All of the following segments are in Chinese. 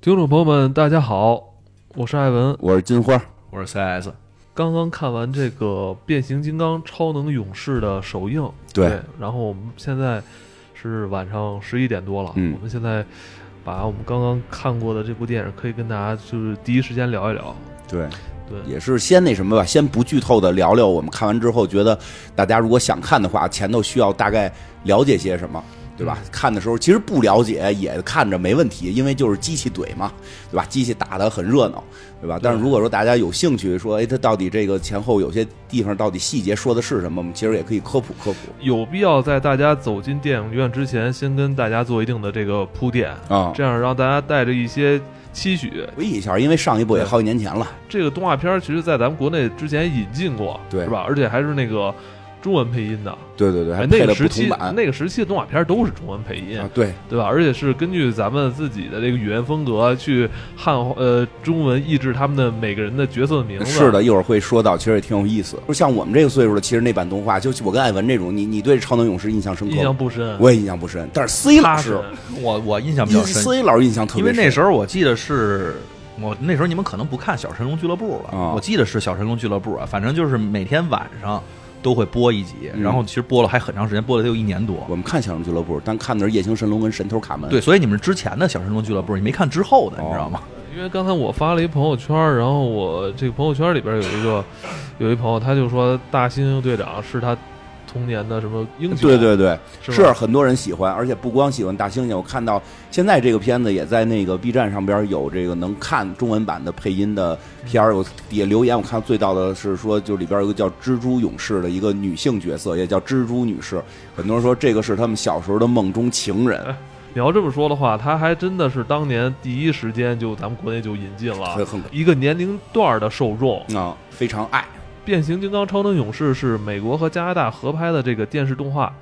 听众朋友们，大家好，我是艾文，我是金花，我是 CS，刚刚看完这个《变形金刚：超能勇士》的首映，对然后我们现在是晚上十一点多了，嗯我们现在把我们刚刚看过的这部电影，可以跟大家就是第一时间聊一聊，对，对，也是先那什么吧，先不剧透的聊聊。我们看完之后觉得，大家如果想看的话，前头需要大概了解些什么，对吧？看的时候其实不了解也看着没问题，因为就是机器怼嘛，对吧？机器打的很热闹，对吧？但是如果说大家有兴趣说，哎，它到底这个前后有些地方到底细节说的是什么，我们其实也可以科普科普有必要在大家走进电影院之前，先跟大家做一定的这个铺垫，啊。这样让大家带着一些期许。回忆一下，因为上一部也好几年前了，这个动画片儿其实，在咱们国内之前引进过，对是吧？而且还是那个中文配音的，对对对，还哎，配那了个不时同期版，那个时期的动画片儿都是中文配音，啊，对，对吧？而且是根据咱们自己的这个语言风格去汉呃中文译制他们的每个人的角色的名字。是的，，一会儿会说到，其实也挺有意思。就像我们这个岁数的，其实那版动画，就我跟艾文这种，你你对超能勇士印象深刻印吗？象不深。我也印象不深，但是 C 老踏师实，我我印象比较深， ，C 老师印象特因别为深。那时候我记得是。我那时候你们可能不看《小神龙俱乐部》了，啊我记得是《小神龙俱乐部》啊，反正就是每天晚上都会播一集，嗯然后其实播了还很长时间，播了得有一年多。我们看《小人俱乐部》，但看的是夜行神龙跟神偷卡门。对，，所以你们之前的《小神龙俱乐部》，你没看之后的，你知道吗？因为刚才我发了一朋友圈儿，然后我这个朋友圈里边儿有一个有一朋友，他就说大猩猩队长是他童年的什么英雄，对对对，是是吧很多人喜欢，而且不光喜欢大猩猩，我看到现在这个片子也在那个 B 站上边有这个能看中文版的配音的片儿。有底下留言，我看最到的是说，就里边有个叫蜘蛛勇士的一个女性角色，也叫蜘蛛女士。很多人说这个是他们小时候的梦中情人，你要这么说的话，他还真的是当年第一时间就咱们国内就引进很了很一个年龄段儿的受众。啊，非常爱。变形金刚超能勇士是美国和加拿大合拍的这个电视动画，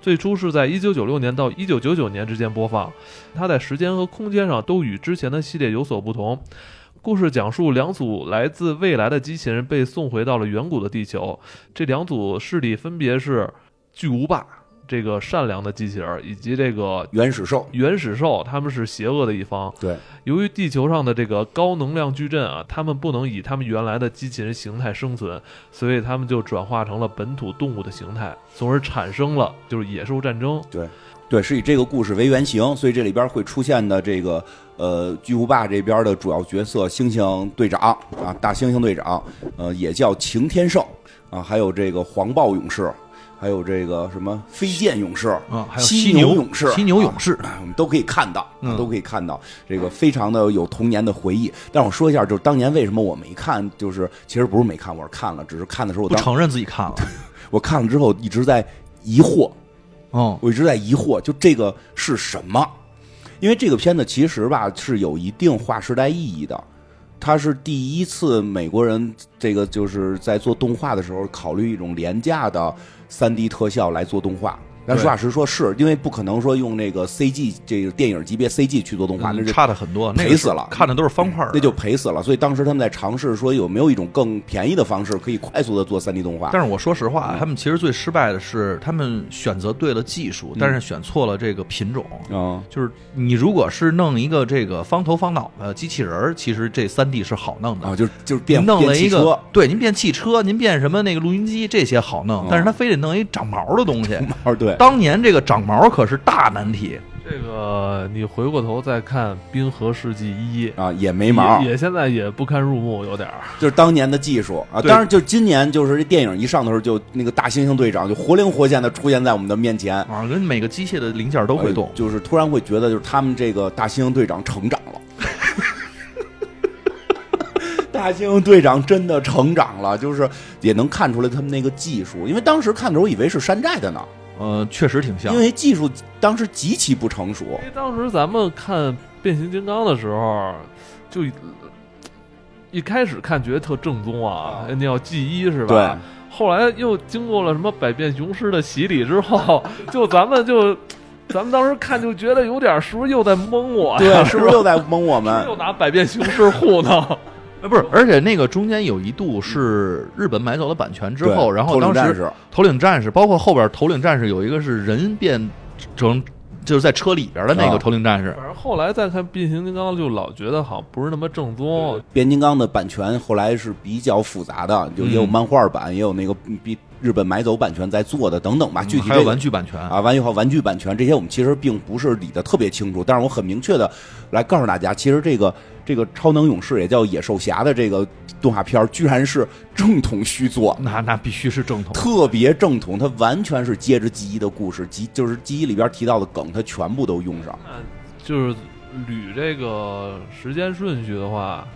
最初是在1996年到1999年之间播放。它在时间和空间上都与之前的系列有所不同。故事讲述两组来自未来的机器人被送回到了远古的地球，这两组势力分别是巨无霸这个善良的机器人，以及这个原始兽，原始兽，他们是邪恶的一方。对，由于地球上的这个高能量矩阵啊，他们不能以他们原来的机器人形态生存，所以他们就转化成了本土动物的形态，从而产生了就是野兽战争。对，是以这个故事为原型，所以这里边会出现的这个呃巨无霸这边的主要角色猩猩队长啊，大猩猩队长，呃，也叫擎天兽啊，还有这个黄豹勇士，还有这个什么飞剑勇士。啊，哦还有犀犀牛牛勇士啊犀牛勇士，我们都可以看到，嗯都可以看到，这个非常的有童年的回忆。但是我说一下，就是当年为什么我没看，就是其实不是没看，我是看了，只是看的时候我不当承认自己 看了。我看了之后一直在疑惑，嗯，我一直在疑惑，就这个是什么？因为这个片子其实吧是有一定划时代意义的，它是第一次美国人这个就是在做动画的时候考虑一种廉价的三 D 特效来做动画。咱实话实说是，因为不可能说用那个 CG 这个电影级别 CG 去做动画，那嗯是差的很多，那个赔死是了看的都是方块儿的，那就赔死了。所以当时他们在尝试说有没有一种更便宜的方式可以快速的做三 D 动画。但是我说实话，他们其实最失败的是，他们选择对了技术，但是选错了这个品种。嗯，就是你如果是弄一个这个方头方脑的机器人儿，其实这三 D 是好弄的。啊，就就是变您弄了变汽一车个，对，您变汽车，您变什么那个录音机，这些好嗯，弄但是他非得弄一长毛的 东西。哦对，当年这个长毛可是大难题，这个你回过头再看《冰河世纪一》，啊也没毛，也也现在也不堪入目，有点儿。就是当年的技术啊，对当然就是今年就是这电影一上的时候，就那个大猩猩队长就活灵活现的出现在我们的面前，啊，跟每个机械的零件都会动呃。就是突然会觉得就是他们这个大猩猩队长成长 了。大猩猩队长真的成长了，就是也能看出来他们那个技术，因为当时看的时候以为是山寨的呢，呃，确实挺像因。为技术当时极其不成 熟因。为当时咱们看变形金刚的时候，就一一开始看觉得特正宗啊，那叫 G 一是吧？对，后来又经过了什么百变雄狮的洗礼之后， 就咱们就，咱们当时看就觉得有点儿是不是又在蒙我呀？对，是不是又在蒙我们？又拿百变雄狮糊弄？呃，不是，而且那个中间有一度是日本买走了版 权之后，对然后头领当战时士头领战士，包括后边头领战士有一个是人变成就是在车里边的那啊个头领战士反正后来再看变形金刚，就老觉得好像不是那么正宗。变形金刚的版权后来是比较复杂的，就也有嗯漫画版，也有那个比日本买走版权在做的等等吧。具体嗯还有这个玩具版权啊，玩具和玩具版权这些，我们其实并不是理得特别清楚，但是我很明确的来告诉大家，其实这个这个超能勇士也叫野兽侠的这个动画片儿，居然是正统续作。那那必须是正统。特别正统，它完全是接着记忆的故事，记就是记忆里边提到的梗，它全部都用上。那就是捋这个时间顺序的话，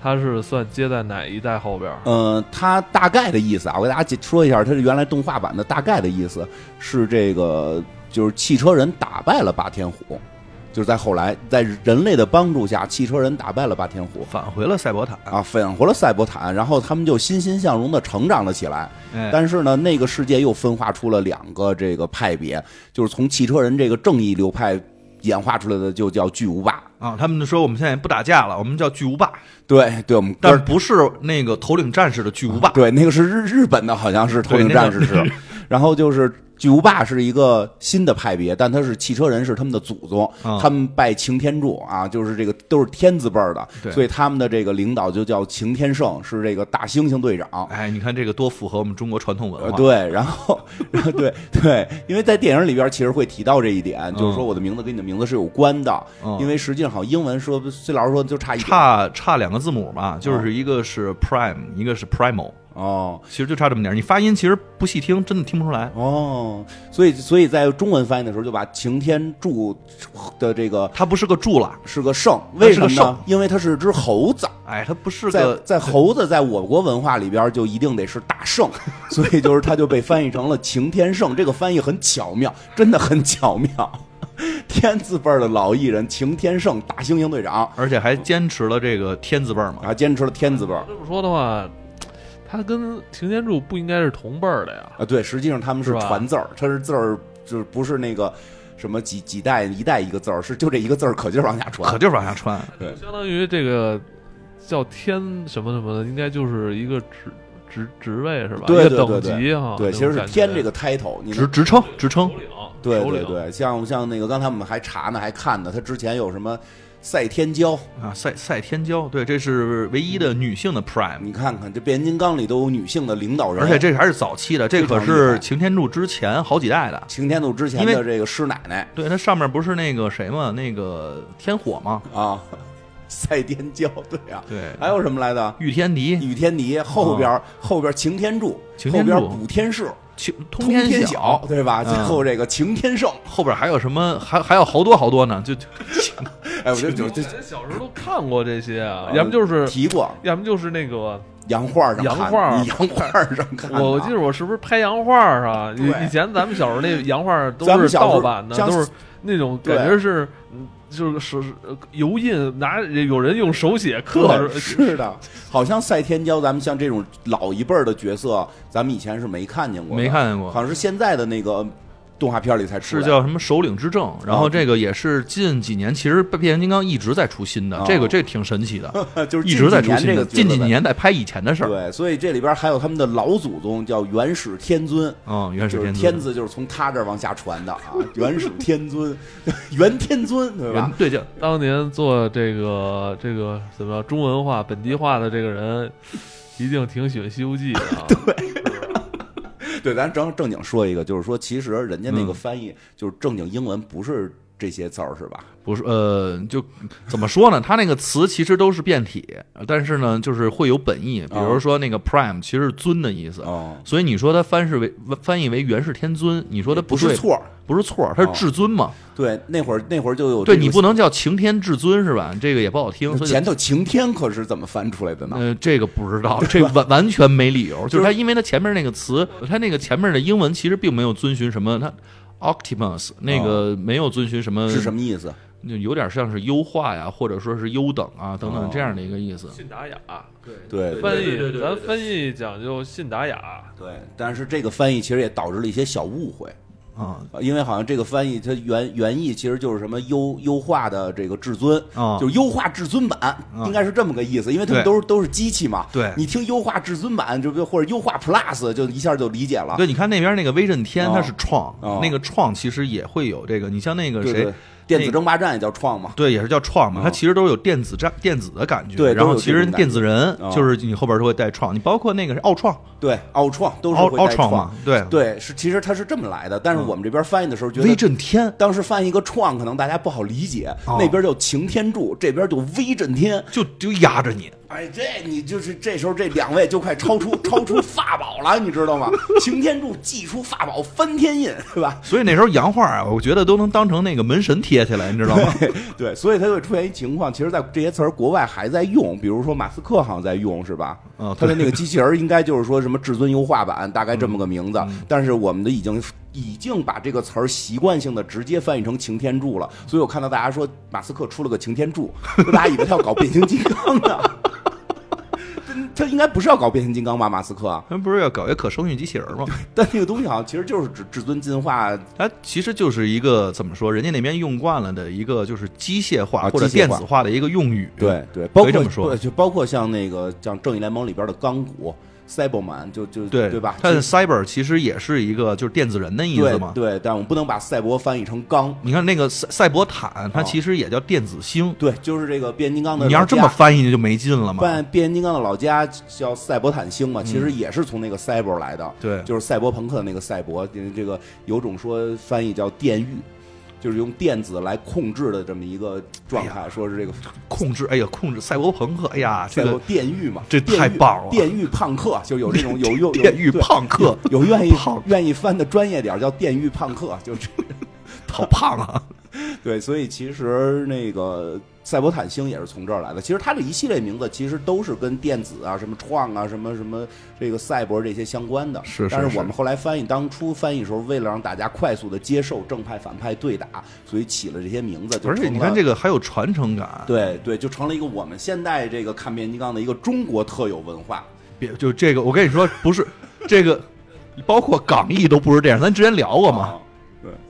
它是算接在哪一代后边儿？呃，它大概的意思啊，我给大家解说一下，它是原来动画版的大概的意思是这个，就是汽车人打败了霸天虎，就是在后来在人类的帮助下，汽车人打败了霸天虎。返回了赛博坦，啊，返回了赛博坦，然后他们就欣欣向荣的成长了起来。哎，但是呢，那个世界又分化出了两个这个派别，就是从汽车人这个正义流派演化出来的，就叫巨无霸。啊，他们就说我们现在不打架了，我们叫巨无霸，对，对我们哥但不是那个头领战士的巨无霸，啊对，那个是日日本的，好像是《头领对那战个士》是。 然后就是巨无霸是一个新的派别，但他是汽车人，是他们的祖宗，嗯他们拜擎天柱啊，就是这个都是天字辈儿的，对所以他们的这个领导就叫擎天圣，是这个大猩猩队长。哎，你看这个多符合我们中国传统文呃，化。，对，然后，然后对对，因为在电影里边其实会提到这一点，就是说我的名字跟你的名字是有关的，嗯因为实际上好像英文说，崔老师说就差一点差差两个字母嘛，就是一个是 prime，一个是 primal，哦其实就差这么点儿。你发音其实不细听，真的听不出来。哦，所以所以在中文翻译的时候就把擎天柱的这个它不是个柱了，是个圣，它为啊是什个么呢圣？因为它是只猴子。哎，它不是在个在猴子在我国文化里边就一定得是大 圣，所以就是它就被翻译成了擎天圣，这个翻译很巧妙，真的很巧妙。 天字辈儿的老艺人擎天圣，大猩猩队长而且还坚持了这个天字辈儿嘛。啊，坚持了天字辈儿这么说的话，它跟擎天柱不应该是同辈儿的呀？啊，对，实际上他们是是吧传字儿，它是字儿就是不是那个什么几几代一代一个字儿，是就这一个字儿可劲儿往下可传。劲儿往下穿，对相当于这个叫天什么什么的，应该就是一个职职职位是吧？对一对个等对对级哈。对，那其种实是感觉天这个 title，你能职职称职称首，领，对首对领对，像像那个刚才我们还查呢，还看呢，他之前有什么赛天骄，啊，赛赛天骄，对，这是唯一的女性的 Prime，你看看这变形金刚里都有女性的领导人，而且这还是早期的，这可非常厉害是擎天柱之前好几代的。擎天柱之前因的为这个师奶奶对，它上面不是那个谁嘛，那个天火嘛，啊， 赛天骄，对啊，对，还有什么来的？御天敌、雨天敌后边、后边擎天柱，擎天柱后边补天士，晴通通天晓，晓，对吧？嗯最后这个擎天圣，后边还有什么？还还有好多好多呢，就就哎，我觉得就我就感觉小时候都看过这些啊啊，要么就是，提过要么就是那个，洋画上看，洋画你洋画上看的啊，我记得我是不是拍洋画啊？以对以前咱们小时候那洋画 都咱们是小时候盗版的，像都是那种对感觉是，嗯就是手呃油印拿有人用手写刻对着，是的，好像赛天骄，咱们像这种老一辈儿的角色，咱们以前是没看见过的，没看见过好。像是现在的那个动画片里才出来是叫什么首领之政，然啊后这个也是近几年，其实变形金刚一直在出新的哦，这个这挺神奇的，就是一近直在几出年新这的，个近几角色年在拍以前的事在儿。对，所以这里边还有他们的老祖宗叫元始天尊。嗯，原始就是天天字，就是从他这儿往下传的啊！元始天尊，元天尊，对原吧？对叫当年做这个这个怎么样中文化本地化的这个人，一定挺喜欢《西游记》 的、啊。对，咱正正经说一个，就是说，其实人家嗯那个翻译就是正经英文，不是这些字儿，是吧？不是呃，就怎么说呢？它那个词其实都是变体，但是呢，就是会有本意。比如说那个 prime 其实是尊的意思，哦，所以你说它翻是为翻译为元始天尊，你说它不对是，错儿。不是错，它是至尊嘛？对，那会儿那会儿就有对这个你不能叫擎天至尊是吧？这个也不好听，所以前头晴天可是怎么翻出来的呢？呃，这个不知道，这完完全没理由。就是它，因为它前面那个词，它那个前面的英文其实并没有遵循什么，它 Optimus 那个没有遵循什么，哦是什么意思？就有点像是优化呀，或者说是优等啊等哦等这样的一个意思。信达雅对翻对对译，对咱对翻译讲究信达雅，对，但是这个翻译其实也导致了一些小误会。啊因为好像这个翻译它原原意其实就是什么优优化的这个至尊，啊就是优化至尊版，啊应该是这么个意思，因为他们对都是都是机器嘛。对你听优化至尊版，这不或者优化 Plus，就一下就理解了。对，你看那边那个威震天，啊它是创啊，那个创其实也会有这个。你像那个对谁对，，电子那个争霸战也叫创嘛。对，也是叫创嘛，啊它其实都有电子战、电子的感觉。对然都后有其这实种感觉电子人啊就是你后边都会带创，你包括那个是奥创，对，奥创都是奥会奥带创嘛，对。嗯对，是其实它是这么来的，但是我们这边翻译的时候觉威得。震天当时翻译一个“创”，可能大家不好理解，哦那边叫擎天柱，这边就威震天。就就压着你，哎，这你就是这时候这两位就快超 出超出法宝了，你知道吗？擎天柱祭出法宝翻天印，对吧？所以那时候洋画啊，我觉得都能当成那个门神贴起来，你知道 吗？对，所以它就会出现一情况，其实，在这些词儿国外还在用，比如说马斯克好像在用，是吧？啊他的那对个机器人儿应该就是说什么至尊优化版，大概这么个名字。但是我们的已经已经把这个词儿习惯性的直接翻译成擎天柱了，所以我看到大家说马斯克出了个擎天柱，大家以为他要搞变形金刚呢。 他他应该不是要搞变形金刚吧，马斯克啊？他们不是要搞一个可生育机器人吗？但那个东西好像其实就是至至尊进化它其实就是一个怎么说，人家那边用惯了的一个就是机械化啊或者机械电化子化的一个用语。对对，包括这么说对就包括像那个像正义联盟里边的钢骨 Cyberman，就就对对吧？但就是 cyber 其实也是一个就是电子人的意思对嘛。对，但我们不能把赛博翻译成钢，你看那个赛赛博坦，它哦其实也叫电子星。对，就是这个变形金刚的老你家。要是这么翻译就没劲了嘛。嗯办变形金刚的老家叫赛博坦星嘛，其实也是从那个 cyber 来的，对就是赛博朋克的那个赛博，因为这个有种说翻译叫电狱，就是用电子来控制的这么一个哎状态，说是这个控制，哎呀，控制赛博朋克，哎呀，这赛博个电狱嘛，这电太狱棒了电狱胖克就有这种有用电狱对胖 克有愿意胖愿意翻的专业点儿叫电狱胖克， 就是好胖啊！对，所以其实那个赛博坦星也是从这儿来的。其实它这一系列名字其实都是跟电子啊、什么创啊、什么什么这个赛博这些相关的。是是但是是我们后来翻译，当初翻译的时候，为了让大家快速的接受正派反派对打，所以起了这些名字。就而且成你看了这个还有传承感，对对，就成了一个我们现代这个看变形金刚的一个中国特有文化。别就这个，我跟你说，不是这个，包括港译都不是这样。咱之前聊过嘛，啊，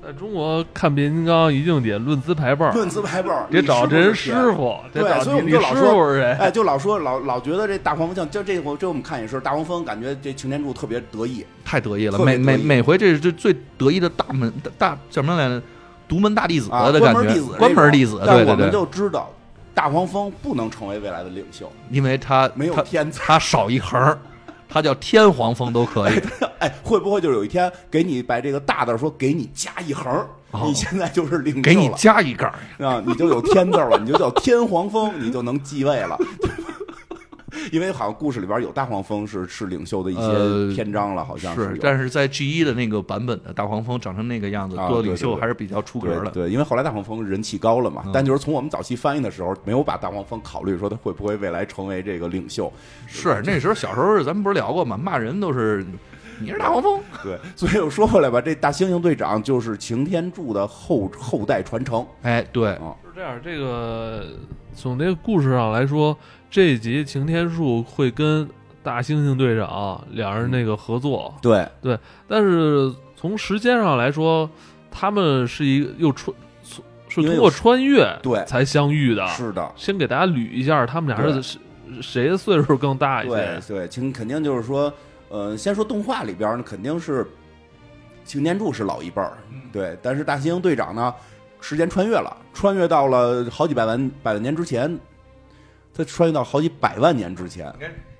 在中国看变形金刚一定得论资排辈儿，论资排辈儿，得你找是不这人是师铁傅，得对找所以我们你就师老傅是谁？哎，就老说老老觉得这大黄蜂像，就这我这我们看也是，大黄蜂感觉这擎天柱特别得意，太得意了。特别每得每意每回这是这最得意的大门大叫什么来着？独门大弟子啊，的感关门弟觉子这，种，关门弟子，对但我对们对，就知道，大黄蜂不能成为未来的领袖， 因为他没有他天才。他少一横儿，他叫天黄蜂都 可以。哎，会不会就是有一天给你把这个大字说给你加一横儿，哦你现在就是领袖了，给你加一杆儿，啊，你就有天字了，你就叫天黄蜂，你就能继位了。 因为好像故事里边有大黄蜂是是领袖的一呃些篇章了，好像是有，但是在 G 一的那个版本的大黄蜂长成那个样子，啊做对领对袖对还是比较出格对的。对，因为后来大黄蜂人气高了嘛，嗯但就是从我们早期翻译的时候，没有把大黄蜂考虑说他会不会未来成为这个领袖。是那时候小时候咱们不是聊过吗？骂人都是你是大黄蜂，对，所以我说回来吧，这大猩猩队长就是擎天柱的后后代传承。哎，对，是这样，这个从这个故事上来说，这一集擎天树会跟大猩猩队长两人那个合作，对，但是从时间上来说，他们是一个又穿是因通为有过穿越对才相遇的。是的，先给大家捋一下，他们俩是谁的岁数更大一些？对对，擎肯定就是说，呃，先说动画里边呢，肯定是擎天柱是老一辈儿，嗯对，但是大猩猩队长呢，时间穿越了，穿越到了好几百万百万年之前，他穿越到好几百万年之前。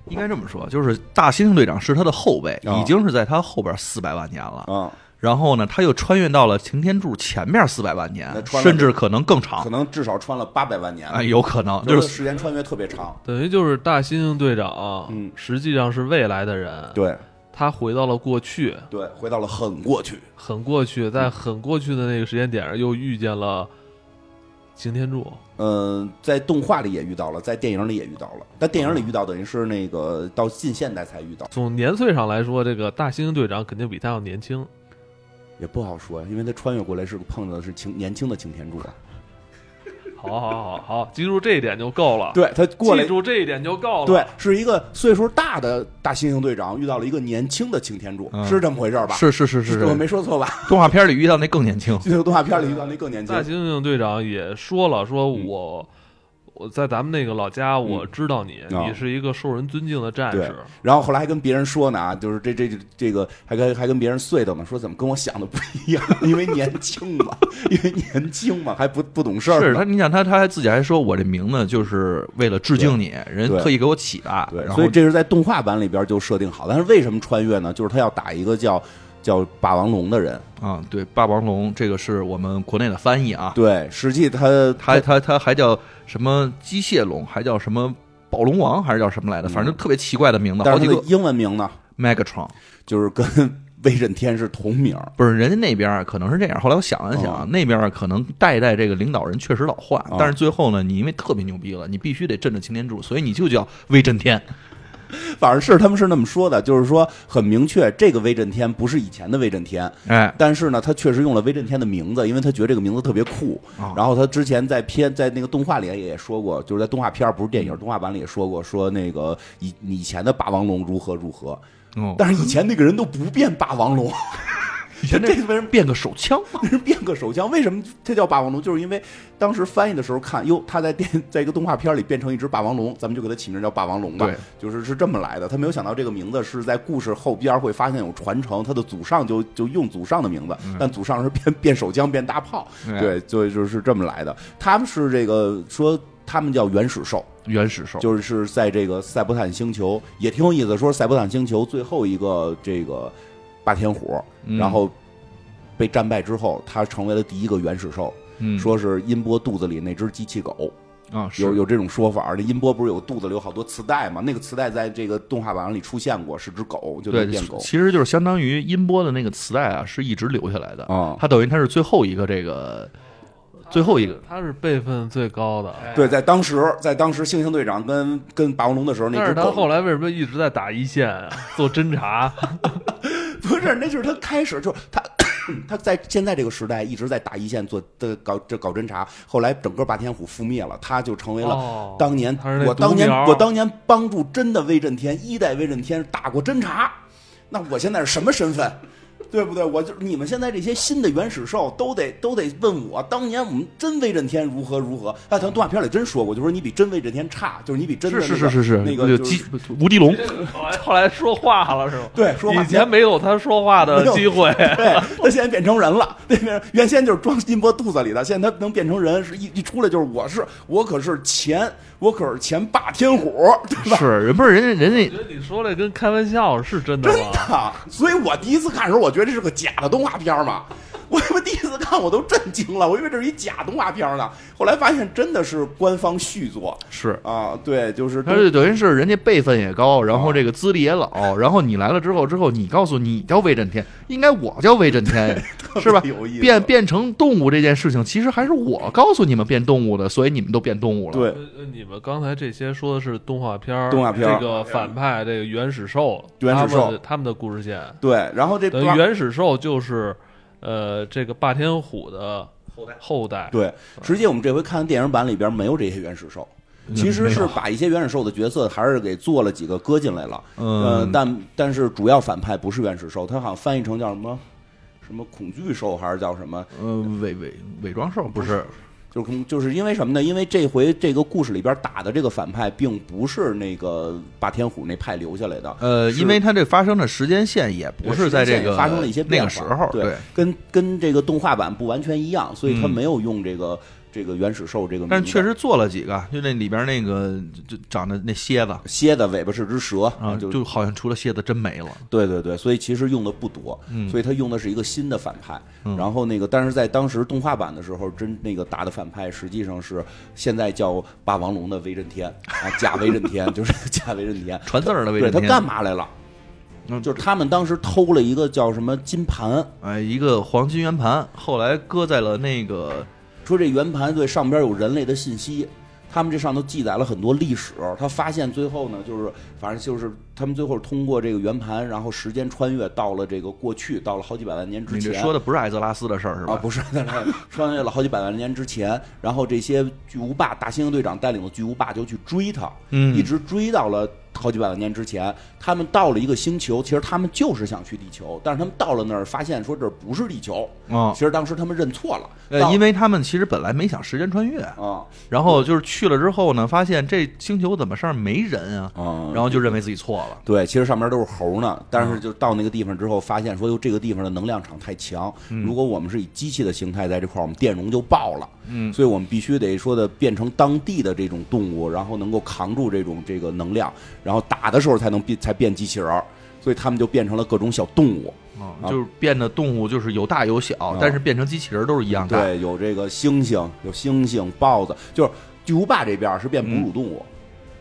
应该这么说，就是大猩猩队长是他的后辈，啊已经是在他后边四百万年了。啊、然后呢，他又穿越到了擎天柱前面四百万年那，穿了甚至可能更可长，能至少穿了八百万年了，啊哎，有可能就就是是时间穿越特别长。等于就是大猩猩队长，嗯实际上是未来的人，对他回到了过去，对，回到了很过去。很过去，嗯在很过去的那个时间点上又遇见了擎天柱。嗯，在动画里也遇到了，在电影里也遇到了，但电影里遇到等于是那个到近现代才遇到，从年岁上来说，这个大猩猩队长肯定比他要年轻。也不好说呀，因为他穿越过来是碰到的是擎年轻的擎天柱啊，好好好好，记住这一点就够了。对他过来记住这一点就够了。对，是一个岁数大的大猩猩队长遇到了一个年轻的擎天柱，嗯是这么回事儿吧？是是是是我是，没说错吧？ 动画片里遇到那更年轻，就动画片里遇到那更年轻大，猩猩队长也说了，说嗯我、我在咱们那个老家，我知道你，啊你是一个受人尊敬的战嗯对士。然后后来还跟别人说呢啊，就是这这这这个还跟还跟别人碎叨呢，说怎么跟我想的不一 样？因为年轻嘛， 因为年轻嘛，还不不懂事儿是呢。他，你想他，他还自己还说我这名字就是为了致敬你，人对特意给我起的，对，然所后以这是在动画版里边就设定好，但是为什么穿越呢？就是他要打一个叫叫霸王龙的人，啊，对，霸王龙这个是我们国内的翻译啊，对，实际他他他他还叫什么机械龙，还叫什么暴龙王，还是叫什么来着？反正特别奇怪的名字，嗯但好是几他的个英文名呢， Megatron，就是跟 威震天是同名儿。不是人家那边儿可能是这样。后来我想了想，哦那边儿可能代代这个领导人确实老换，哦但是最后呢，你因为特别牛逼了，你必须得镇着擎天柱，所以你就叫威震 天。反正是他们是那么说的，就是说很明确，这个威震天不是以前的威震天，哎，但是呢，他确实用了威震天的名字，因为他觉得这个名字特别酷哦。然后他之前在片在那个动画里也说过，就是在动画片儿不是电影动画版里也说过，说那个以以前的霸王龙如何如何，哦，但是以前那个人都不变霸王龙， 以前这为什么变个手枪嘛？那是变个手枪。为什么他叫霸王龙？就是因为当时翻译的时候看，哟，他在电在一个动画片里变成一只霸王龙，咱们就给它起名叫霸王龙吧对。就是是这么来的。他没有想到这个名字是在故事后边会发现有传承，他的祖上就就用祖上的名字，但祖上是变变手枪、变大炮，嗯对，就就是这么来的。他们是这个说。他们叫原始兽，原始兽，就是在这个赛博坦星球也挺有意思。说赛博坦星球最后一个这个霸天虎，嗯然后被战败之后，他成为了第一个原始兽，嗯说是音波肚子里那只机器狗，啊，是有有这种说法。这音波不是有肚子里有好多磁带吗？那个磁带在这个动画版里出现过，是只狗，就对得，变狗其实就是相当于音波的那个磁带啊，是一直留下来的。啊。它等于它是最后一个这个，最后一个他是辈分最高的，对，在当时，在当时，猩猩队长跟跟霸王龙的时候，那但只是他狗后来为什么一直在打一线 啊，做侦查？ 不是，那就是他开始就是他。他在现在这个时代一直在打一线做的搞这搞侦查，后来整个霸天虎覆灭了，他就成为了哦，当年、他是那我当年独苗我当年帮助真的威震天一代威震天打过侦查，那我现在是什么身份？对不对？我就你们现在这些新的原始兽都得都得问我，当年我们真威震天如何如何？哎，他动画片里真说过，就说你比真威震天差，就是你比真的、是那个、是是是是那个就是机无敌龙，后来后来说话了是吗？对说话以前没有他说话的机会。 对，他现在变成人了。那边原先就是装金波肚子里的，现在他能变成人，是一一出来就是我是我可是前我可是前霸天虎，对吧？是人不是人家人我家觉得你说这跟开玩笑是真的真吗？的，所以我第一次看的时候，我觉得这是个假的动画片嘛。我他妈第一次看我都震惊了，我以为这是一假动画片呢。后来发现真的是官方续作是。啊，对，就是他就等于是人家辈分也高，然后这个资历也哦老，然后你来了之后，之后你告诉你叫魏震天，应该我叫魏震天 呀，是吧特别有意？思变变成动物这件事情，其实还是我告诉你们变动物的，所以你们都变动物了。对呃，呃你们刚才这些说的是动画片儿，动画片这儿个反派，这个原始兽，原始兽他们的他们的故事线，对，然后这等于原始兽就是，呃，这个霸天虎的后代，后代，对，实际我们这回看的电影版里边没有这些原始兽，嗯其实是把一些原始兽的角色还是给做了几个搁进来了。呃嗯，但但是主要反派不是原始兽，它好像翻译成叫什么什么恐惧兽还是叫什么？呃，伪伪伪装兽不是，就是恐就是因为什么呢？因为这回这个故事里边打的这个反派并不是那个霸天虎那派留下来的。呃，是因为它这发生的时间线也不是在这时间线个也发生了一些那变个化，时候，对，跟跟这个动画版不完全一样，所以他嗯没有用这个、这个原始兽这个名字。但是确实做了几个，就那里边那个就就长得那蝎子蝎子尾巴是只蛇啊，嗯就就好像除了蝎子真没了。对对对，所以其实用的不多，嗯所以他用的是一个新的反派。嗯然后那个，但是在当时动画版的时候，真那个打的反派实际上是现在叫霸王龙的威震天啊，假威震天 就是假威震天。传字儿的位对置，他干嘛来了？嗯就是他们当时偷了一个叫什么金盘，哎，一个黄金圆盘，后来搁在了那个说这圆盘对上边有人类的信息。他们这上头记载了很多历史。他发现最后呢，就是反正就是他们最后通过这个圆盘，然后时间穿越到了这个过去，到了好几百万年之你前。这说的不是艾泽拉斯的事儿是吧？啊，不是， 但是穿越了好几百万年之前，然后这些巨无霸大猩猩队长带领的巨无霸就去追他，嗯一直追到了好几百万年之前。他们到了一个星球，其实他们就是想去地球，但是他们到了那儿发现说这儿不是地球，啊其，实当时他们认错了，呃，因为他们其实本来没想时间穿越，啊然后就是去了之后呢，发现这星球怎么上面没人啊，啊，然后就认为自己错了。对，其实上面都是猴呢，但是就到那个地方之后，发现说，哟，这个地方的能量场太强，如果我们是以机器的形态在这块儿，我们电容就爆了。嗯，所以我们必须得说的变成当地的这种动物，然后能够扛住这种这个能量，然后打的时候才能变才变机器人儿，所以他们就变成了各种小动物。啊，就是变得动物就是有大有小，但是变成机器人都是一样大。啊对，有这个猩猩，有猩猩、豹子，就是巨无霸这边儿是变哺乳动物。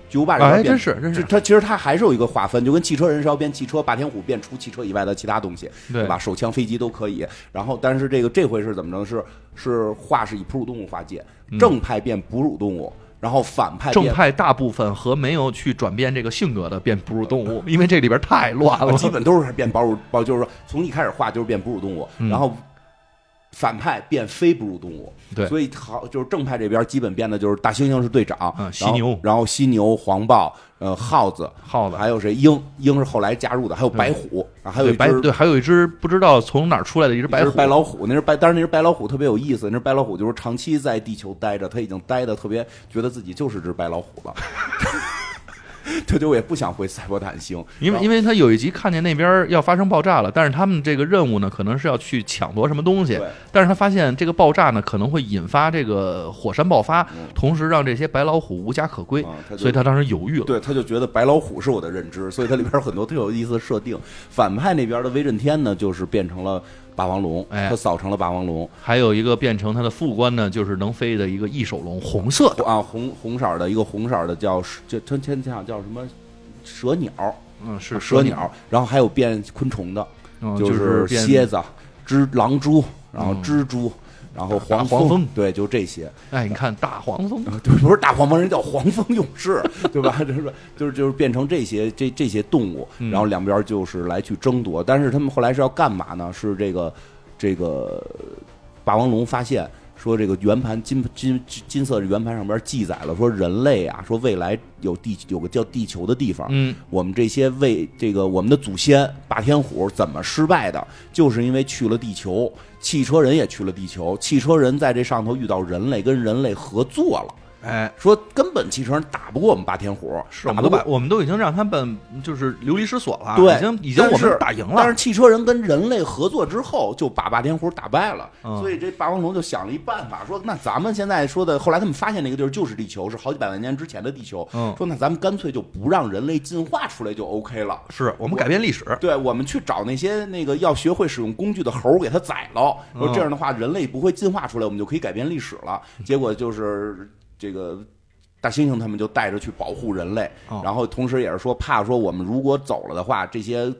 巨无霸这边嗯哎儿变真是真是这它其实它还是有一个划分，就跟汽车人是要变汽车，霸天虎变除汽车以外的其他东西，对吧？手枪、飞机都可以。然后，但是这个这回是怎么着？是是画是以哺乳动物划界，正派变哺乳动物，然后反派嗯正变派大部分和没有去转变这个性格的变哺乳动物，因为这里边太乱啊了。基本都是变哺乳，包就是说从一开始画就是变哺乳动物，嗯然后反派变非哺乳动物。对所以好就是正派这边基本变的就是大猩猩是队长，嗯犀然后牛然后犀牛、黄豹、呃耗子、耗子还有谁鹰，鹰是后来加入的，还有白虎，啊还有嗯对一白只对，还有一只不知道从哪儿出来的一只白一只虎，白老虎，那只白，当然那只白老虎特别有意思，那只白老虎就是长期在地球待着，它已经待的特别，觉得自己就是只白老虎了， 它就也不想回赛博坦星，因为因为为他有一集看见那边要发生爆炸了，但是他们这个任务呢，可能是要去抢夺什么东西对，但是他发现这个爆炸呢，可能会引发这个火山爆发，同时让这些白老虎无家可归嗯啊他，就所以他当时犹豫了。对，它就觉得白老虎是我的认知，所以它里边有很多特有意思的设定。反派那边的威震天呢，就是变成了霸王龙，哎它扫成了霸王龙，还有一个变成他的副官呢，就是能飞的一个异手龙，红色的，啊，红红色儿的一个红色儿的叫这它天下叫什么蛇鸟，嗯，是蛇，鸟，然后还有变昆虫的。嗯就就是变蝎子、蜘狼蛛，然后蜘蛛，然后大黄啊黄蜂对，就这些。哎，你看大黄蜂，啊对，不是大黄蜂，人叫黄蜂勇士，对吧？ 就是就是就是变成这些这这些动物，然后两边就是来去争夺。但是他们后来是要干嘛呢？是这个这个霸王龙发现说，这个圆盘金金金金色的圆盘上边记载了说，人类啊，说未来有地有个叫地球的地方，嗯，我们这些为这个我们的祖先霸天虎怎么失败的，就是因为去了地球，汽车人也去了地球，汽车人在这上头遇到人类，跟人类合作了。哎，说根本汽车人打不过我们霸天虎，是我打们不都过把我们都已经让他们就是流离失所了，对，已经已经我但是们打赢但了是，汽车人跟人类合作之后，就把霸天虎打败了。嗯所以这霸王龙就想了一办法，说那咱们现在说的，后来他们发现那个地儿就是地球，是好几百万年之前的地球。嗯说那咱们干脆就不让人类进化出来就 OK 了。是我们改变历史，对，我们去找那些那个要学会使用工具的猴儿，给它宰了。说这样的话，人类不会进化出来，我们就可以改变历史了。结果就是这个大猩猩他们就带着去保护人类，哦然后同时也是说怕说我们如果走了的话，这些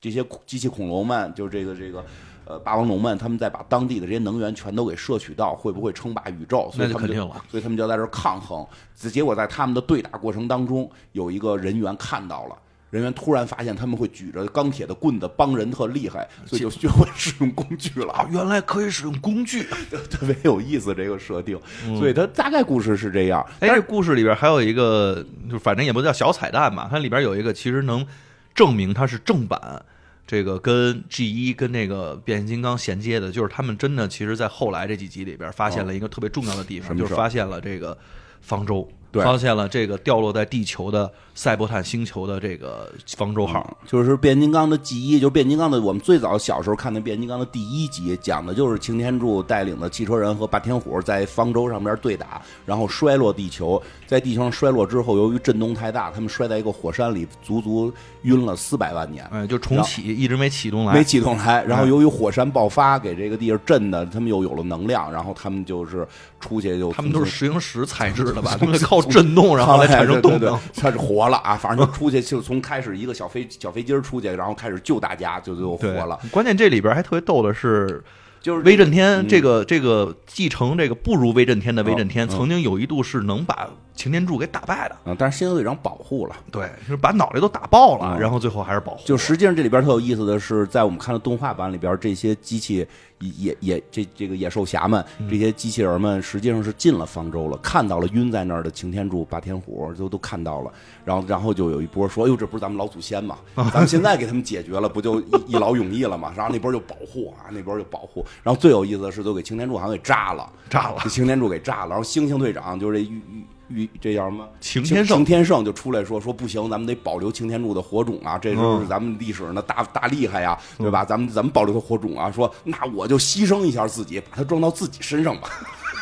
这些机器恐龙们，就是这个这个。呃，霸王龙们，他们再把当地的这些能源全都给摄取到，会不会称霸宇宙？所那以就他们肯就定了。所以他们就在这儿抗衡。只结果在他们的对打过程当中，有一个人员看到了。人员突然发现他们会举着钢铁的棍子帮人特厉害，所以就学会使用工具啊了，，原来可以使用工具。 特别有意思这个设定。所以它大概故事是这样，哎，这故事里边还有一个，就是反正也不叫小彩蛋吧，它里边有一个其实能证明它是正版，这个跟 G 一跟那个变形金刚衔接的，就是他们真的其实在后来这几集里边发现了一个特别重要的地哦方，什么事就儿是发现了这个方舟。对发现了这个掉落在地球的赛博坦星球的这个方舟号，嗯就是变形金刚的记忆，就是变形金刚的。我们最早小时候看的变形金刚的第一集，讲的就是擎天柱带领的汽车人和霸天虎在方舟上边对打，然后摔落地球。在地球上摔落之后，由于震动太大，他们摔在一个火山里，足足晕了四百万年。哎，就重启一直没启动来，嗯没启动来，然后由于火山爆发给这个地儿震的，他们又有了能量，然后他们就是出去就他们都是石英石材质 的吧？他们靠震动然后来产生动哎对对能对，他是活了啊！反正就出去，就从开始一个小飞小飞机儿出去，然后开始救大家，就就活对了。。关键这里边还特别逗的是，就是威震天这个这个继承这个不如威震天的威震天，曾经有一度是能把擎天柱给打败的。啊，但是新游队长保护了。对，就是把脑袋都打爆了，嗯然后最后还是保护。就实际上这里边特有意思的是，在我们看的动画版里边，这些机器也也这这个野兽侠们，这些机器人们实际上是进了方舟了，看到了晕在那儿的擎天柱、霸天虎，都都看到了。然后然后就有一波说：“哎呦，这不是咱们老祖先吗？咱们现在给他们解决了，不就一一劳永逸了吗？”然后那波就保护啊，那波就保护。然后最有意思的是，都给擎天柱好像给炸了，炸了给擎天柱给炸了。然后猩猩队长就是这玉玉。玉这叫什么？擎天圣擎天圣就出来说说不行，咱们得保留擎天柱的火种啊，这就是嗯咱们历史上的大大厉害呀，对吧？咱们咱们保留他火种啊，说那我就牺牲一下自己，把它装到自己身上吧。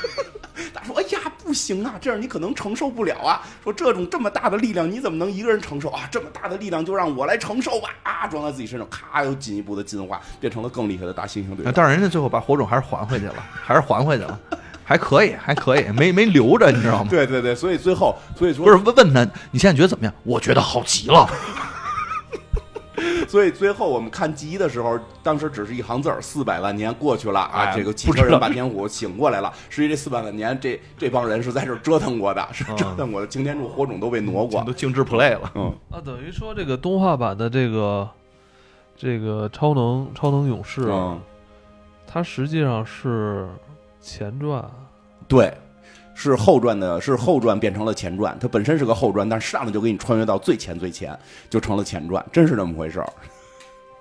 他说：“哎呀，不行啊，这样你可能承受不了啊。说这种这么大的力量，你怎么能一个人承受啊？这么大的力量就让我来承受吧！啊，装在自己身上，咔，又进一步的进化，变成了更厉害的大猩猩队啊长。但是人家最后把火种还是还回去了，还是还回去了，还可以，还可以，没没留着，你知道吗？对对对，所以最后，所以说不是问问他，你现在觉得怎么样？我觉得好极了。所以最后我们看集的时候，当时只是一行字儿：四百万年过去了啊，哎这个汽车人霸天虎醒过来了。实际这四百万年，这这帮人是在这儿折腾过的，是嗯折腾过的。擎天柱、火种都被挪过都。静置 play 了，嗯，啊，等于说这个动画版的这个这个超能超能勇士，啊，嗯，它实际上是前传，对，是后传的，是后传变成了前传。它本身是个后传，但是上来就给你穿越到最前最前，就成了前传，真是这么回事儿，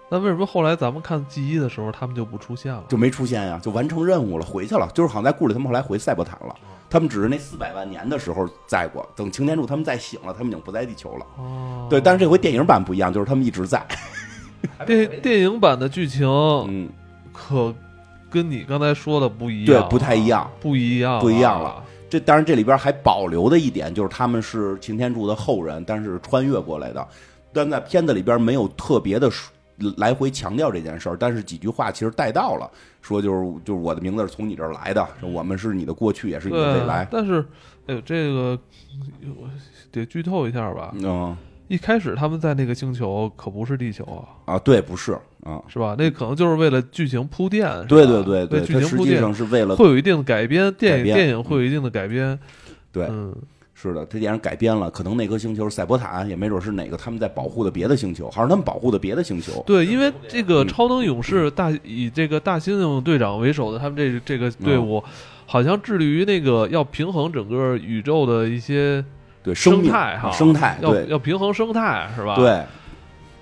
那为什么后来咱们看 G 一的时候，他们就不出现了？就没出现呀，就完成任务了，回去了。就是好像在故里，他们后来回赛博坦了。他们只是那四百万年的时候在过，等擎天柱他们再醒了，他们已经不在地球了。哦，对，但是这回电影版不一样，就是他们一直在。电电影版的剧情嗯，可跟你刚才说的不一对样，，不太一，样。不一样，不一样了。 这当然，这里边还保留的一点就是他们是擎天柱的后人，但是穿越过来的。但在片子里边没有特别的说来回强调这件事儿，但是几句话其实带到了，说就是就是我的名字是从你这儿来的，我们是你的过去，也是你的对未来，。但是，哎呦，这个我得剧透一下吧。嗯一开始他们在那个星球可不是地球啊，啊，对，不是啊，是吧？那可能就是为了剧情铺垫，是吧对对对为它剧实情铺际垫上是为了会有一定的改编，电改影编电影会有一定的改编，对，嗯，是的，这电影改编了，可能那颗星球是赛博坦，也没准是哪个他们在保护的别的星球，还是他们保护的别的星球。对，因为这个超能勇士大以这个大猩猩队长为首的他们这这嗯个队伍，好像致力于那个要平衡整个宇宙的一些对，生生命态哈，生态，要对要平衡生态是吧？，对，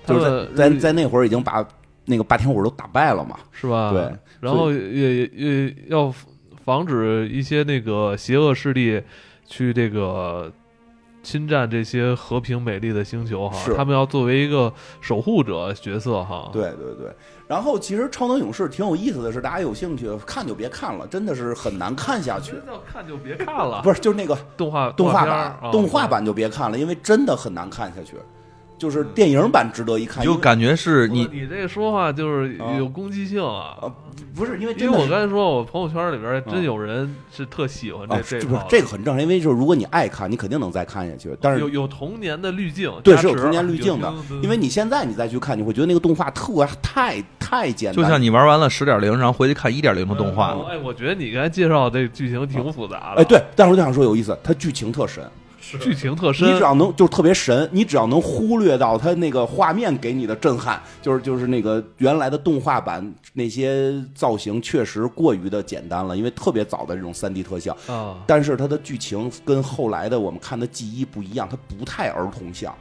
他就是们在在在那会儿已经把那个霸天虎都打败了嘛。是吧？对，然后也也也要防止一些那个邪恶势力去这个侵占这些和平美丽的星球哈是，他们要作为一个守护者角色哈。对对对。然后其实《超能勇士》挺有意思的是，大家有兴趣看就别看了，真的是很难看下去真。要看就别看了，不是，就是那个动画动画画版片儿，啊动画版就别看了，因为真的很难看下去。就是嗯电影版值得一看，你就因为感觉是你你你这说话就是啊有攻击性啊啊！不是因为因真为的我是刚才说，我朋友圈里边真有人是特喜欢啊，这这这不是套的这个很正常，因为就是如果你爱看，你肯定能再看下去。但是有有童年的滤镜，对加是有持啊童年滤镜的有有有因为你现在你再去看，你会觉得那个动画特太太简就单了。像你玩完了十点零，然后回去看一点零的动画嗯哎，我觉得你刚才介绍这剧情挺复杂的，哎，，对，但是我就想说有意思，它剧情特神，剧情特你只深，要能就是特别神，你只要能忽略到它那个画面给你的震撼，就是就是那个原来的动画版那些造型确实过于的简单了，因为特别早的这种三 D 特效，啊，但是它的剧情跟后来的我们看的记忆不一样，它不太儿童像。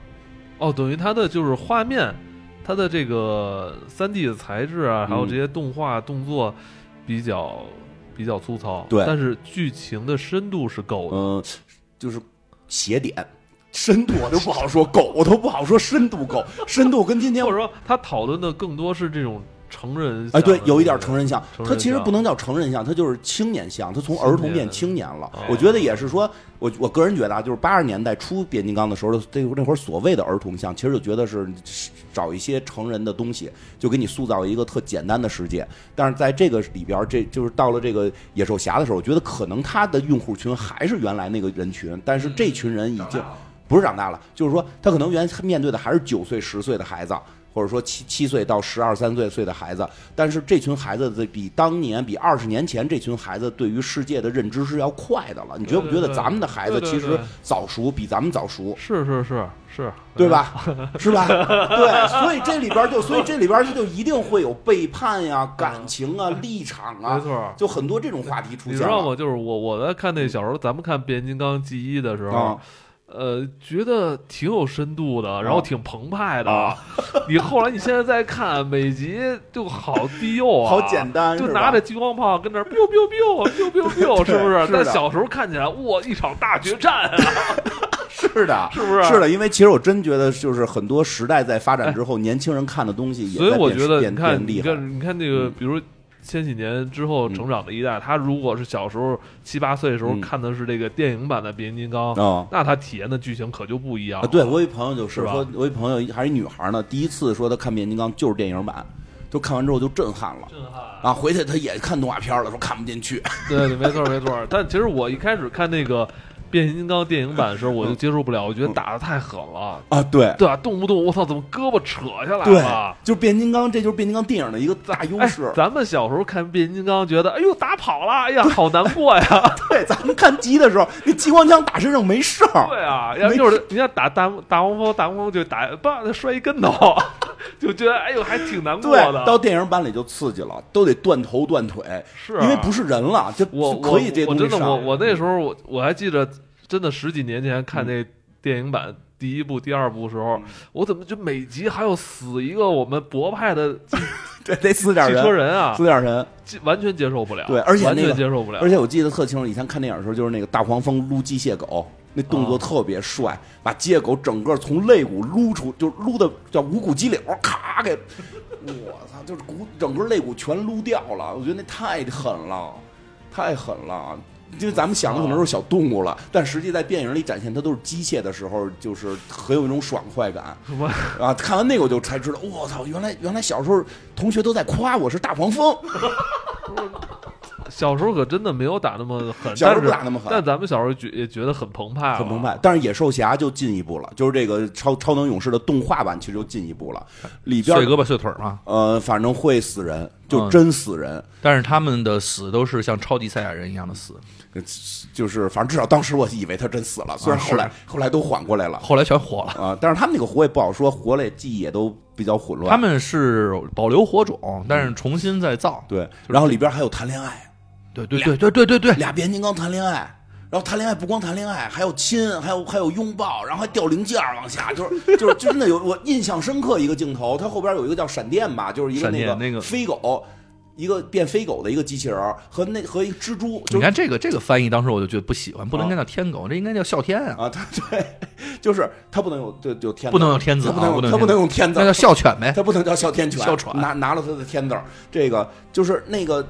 哦，等于它的就是画面，它的这个三 D 的材质啊，还有这些动画动作比较比较粗糙，对但是剧情的深度是够的。嗯，就是斜点，深度我都不好说 够，我都不好说深度够，深度跟今天或者说，他讨论的更多是这种成人哎，对向，的有一点这个成人像，成人它其实像不能叫成人像，它就是青年像，它从儿童变青青年了哦。我觉得也是说，我我个人觉得啊，就是八十年代初变形金刚的时候，这那会儿所谓的儿童像，其实就觉得是找一些成人的东西，就给你塑造一个特简单的世界。但是在这个里边儿，这就是到了这个野兽侠的时候，我觉得可能他的用户群还是原来那个人群，但是嗯这群人已经不是长大了，就是说他可能原面对的还是九岁、十岁的孩子。或者说七七岁到十二三岁岁的孩子，但是这群孩子的比当年比二十年前这群孩子对于世界的认知是要快的了。你觉得不觉对对得对咱们的孩子对对其实对早熟比咱们早熟？是是是是，对？吧？是吧？对，所以这里边儿就，所以这里边儿就一定会有背叛呀、感情啊、立场没啊，错儿。就很多这种话题出你知现道了。嗯吗？就是我我在看那小时候，咱们看《变形金刚 G 一》的时候，啊呃，觉得挺有深度的，然后挺澎湃的。啊 你后来你现在再看每集就好低幼啊，好简单就是吧拿着激光炮跟那儿 biu biu biu biu biu biu，是不是的但小时候看起来，哇，一场大决战啊！ 是的，是不是是的，因为其实我真觉得，就是很多时代在发展 之后，年轻人看的东西也所以在我变觉得，变你看，变你厉害。嗯看，你看那个，比如千禧年之后成长的一代，他如果是小时候七八岁的时候嗯看的是这个电影版的《变形金刚》，哦那他体验的剧情可就不一样啊，了。对我有一朋友就是是吧说，我有一朋友还是一女孩呢，第一次说她看《变形金刚》就是电影版，就看完之后就震撼了震撼。啊！回去她也看动画片了，说看不进 去。对，没错没错。但其实我一开始看那个变形金刚电影版的时候，我就嗯接受不了，我觉得打的太狠了。啊，对对啊，动不动我操，怎么胳膊扯下来对了？，就是变形金刚，这就是变形金刚电影的一个大优哎势，。咱们小时候看变形金刚，觉得哎呦打跑了，哎呀好难过呀。对，咱们看集的时候，那激光枪打身上没事 儿。对啊，要没就是你要打大大黄蜂，大黄蜂就打，叭他摔一跟头， 就觉得哎呦还挺难过对，的。到电影版里就刺激了，都得断头断腿，是啊因为不是人了，就我就我可以这我东西真的上。嗯我我那时候我我还记着，真的十几年前看那电影版。第一部、第二部的时嗯候，我怎么就每集还有死一个我们博派的汽对得死点汽人，车人啊死，点人。这完全接受不了。对而且完那全个接受不了而。且我记得特清楚，以前看电影的时候，就是那个大黄蜂撸机械狗，那动哦作特别帅，把机械狗整个从肋骨撸出，就撸的叫无骨肌瘤，咔给，我操，就是骨整个肋骨全撸掉了。我觉得那太狠了，太狠了。因为咱们想的可能是小动物了，但实际在电影里展现它都是机械的时候，就是很有一种爽快感。什么？啊，看完那个我就才知道，我操，原来原来小时候同学都在夸我是大黄蜂，小时候可真的没有打那么狠，小但时候是不打那么狠但咱们小时候觉也觉得很澎湃，啊啊很澎。湃。但是野兽侠就进一步了，就是这个超超能勇士的动画版其实就进一步了，啊里边碎胳膊碎腿儿嘛。呃，反正会死人，就嗯真死人，但是他们的死都是像超级赛亚人一样的死，就是反正至少当时我以为他真死了，虽然啊后来、是后来都缓过来了后来全火了。啊、但是他们那个活也不好说，活了也记忆也都比较混乱。他们是保留火种，但是重新再造。对，然后里边还有谈恋爱，对对对对对对对，俩变形金刚谈恋爱。然后谈恋爱不光谈恋爱，还有亲，还有还有拥抱，然后还掉零件儿往下，就是就是就真的有我印象深刻一个镜头，它后边有一个叫闪电吧，就是一个闪那电个那个飞狗，一个变飞狗的一个机器人儿和那和一个蜘蛛，就你是看这个这个翻译，当时我就觉得不喜欢，不能应该叫天狗，这应该叫哮天啊，啊，它对，就是它不能有对有天，不能有天它子啊，不能有它不不能有用天天字子，那，叫哮犬呗。他不能叫哮天犬，哎哮喘拿拿了他的天字儿，这个就是那个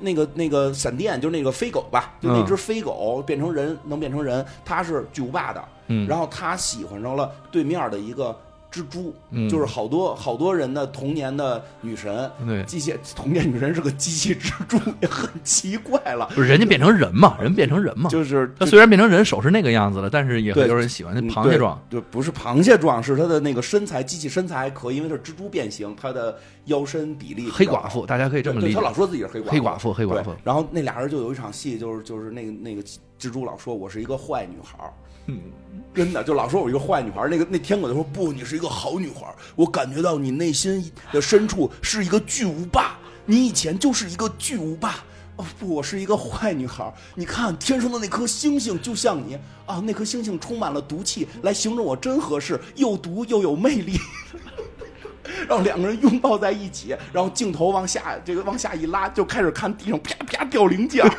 那个那个闪电，就是那个飞狗吧，嗯就那只飞狗变成人能变成人，他是巨无霸的，嗯然后他喜欢上了对面的一个蜘蛛，嗯就是好多好多人的童年的女神，对机械童年女神是个机器蜘蛛，也很奇怪 了，不是人家变成人嘛，人变成人嘛。就是他虽然变成人，手是那个样子了，但是也对很有人喜欢。那嗯螃蟹状，对，对不是螃蟹状，是它的那个身材，机器身材还可以，因为它是蜘蛛变形，它的腰身比例比较黑寡妇，大家可以这么对理他解。老说自己是黑寡黑寡妇黑寡妇对然后那俩人就有一场戏，就是就是那个那个蜘蛛老说我是一个坏女孩儿，嗯 真的就老说我一个坏女孩儿。那个那天狗就说不，你是一个好女孩儿，我感觉到你内心的深处是一个巨无霸，你以前就是一个巨无霸。哦不，我是一个坏女孩儿。你看天上的那颗星星，就像你啊，那颗星星充满了毒气，来形容我真合适，又毒又有魅力。然后两个人拥抱在一起，然后镜头往下这个往下一拉，就开始看地上啪啪掉零件儿。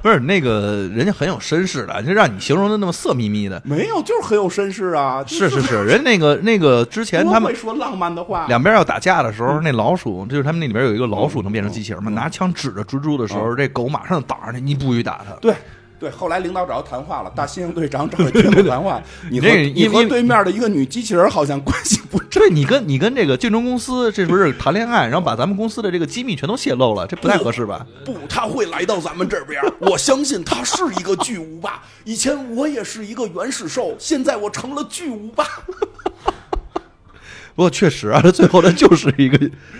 不是那个人家很有绅士的，就让你形容的那么色眯眯的。没有，就是很有绅士啊，就是是是，人家那个那个之前多他们会说浪漫的话。两边要打架的时嗯候，那老鼠就是他们那里边有一个老鼠能变成机器人嘛，拿枪指着蜘蛛的时候，这狗马上挡着你，你不许打它。嗯对对，后来领导找他谈话了，大猩猩队长找他军队谈话，你和这个你因和因对面的一个女机器人好像关系不正。对你跟你跟这个竞争公司这不是谈恋爱，然后把咱们公司的这个机密全都泄露了，这不太合适吧？不，他会来到咱们这边儿，我相信他是一个巨无霸。以前我也是一个原始兽，现在我成了巨无霸。不过确实啊，它最后它就是一个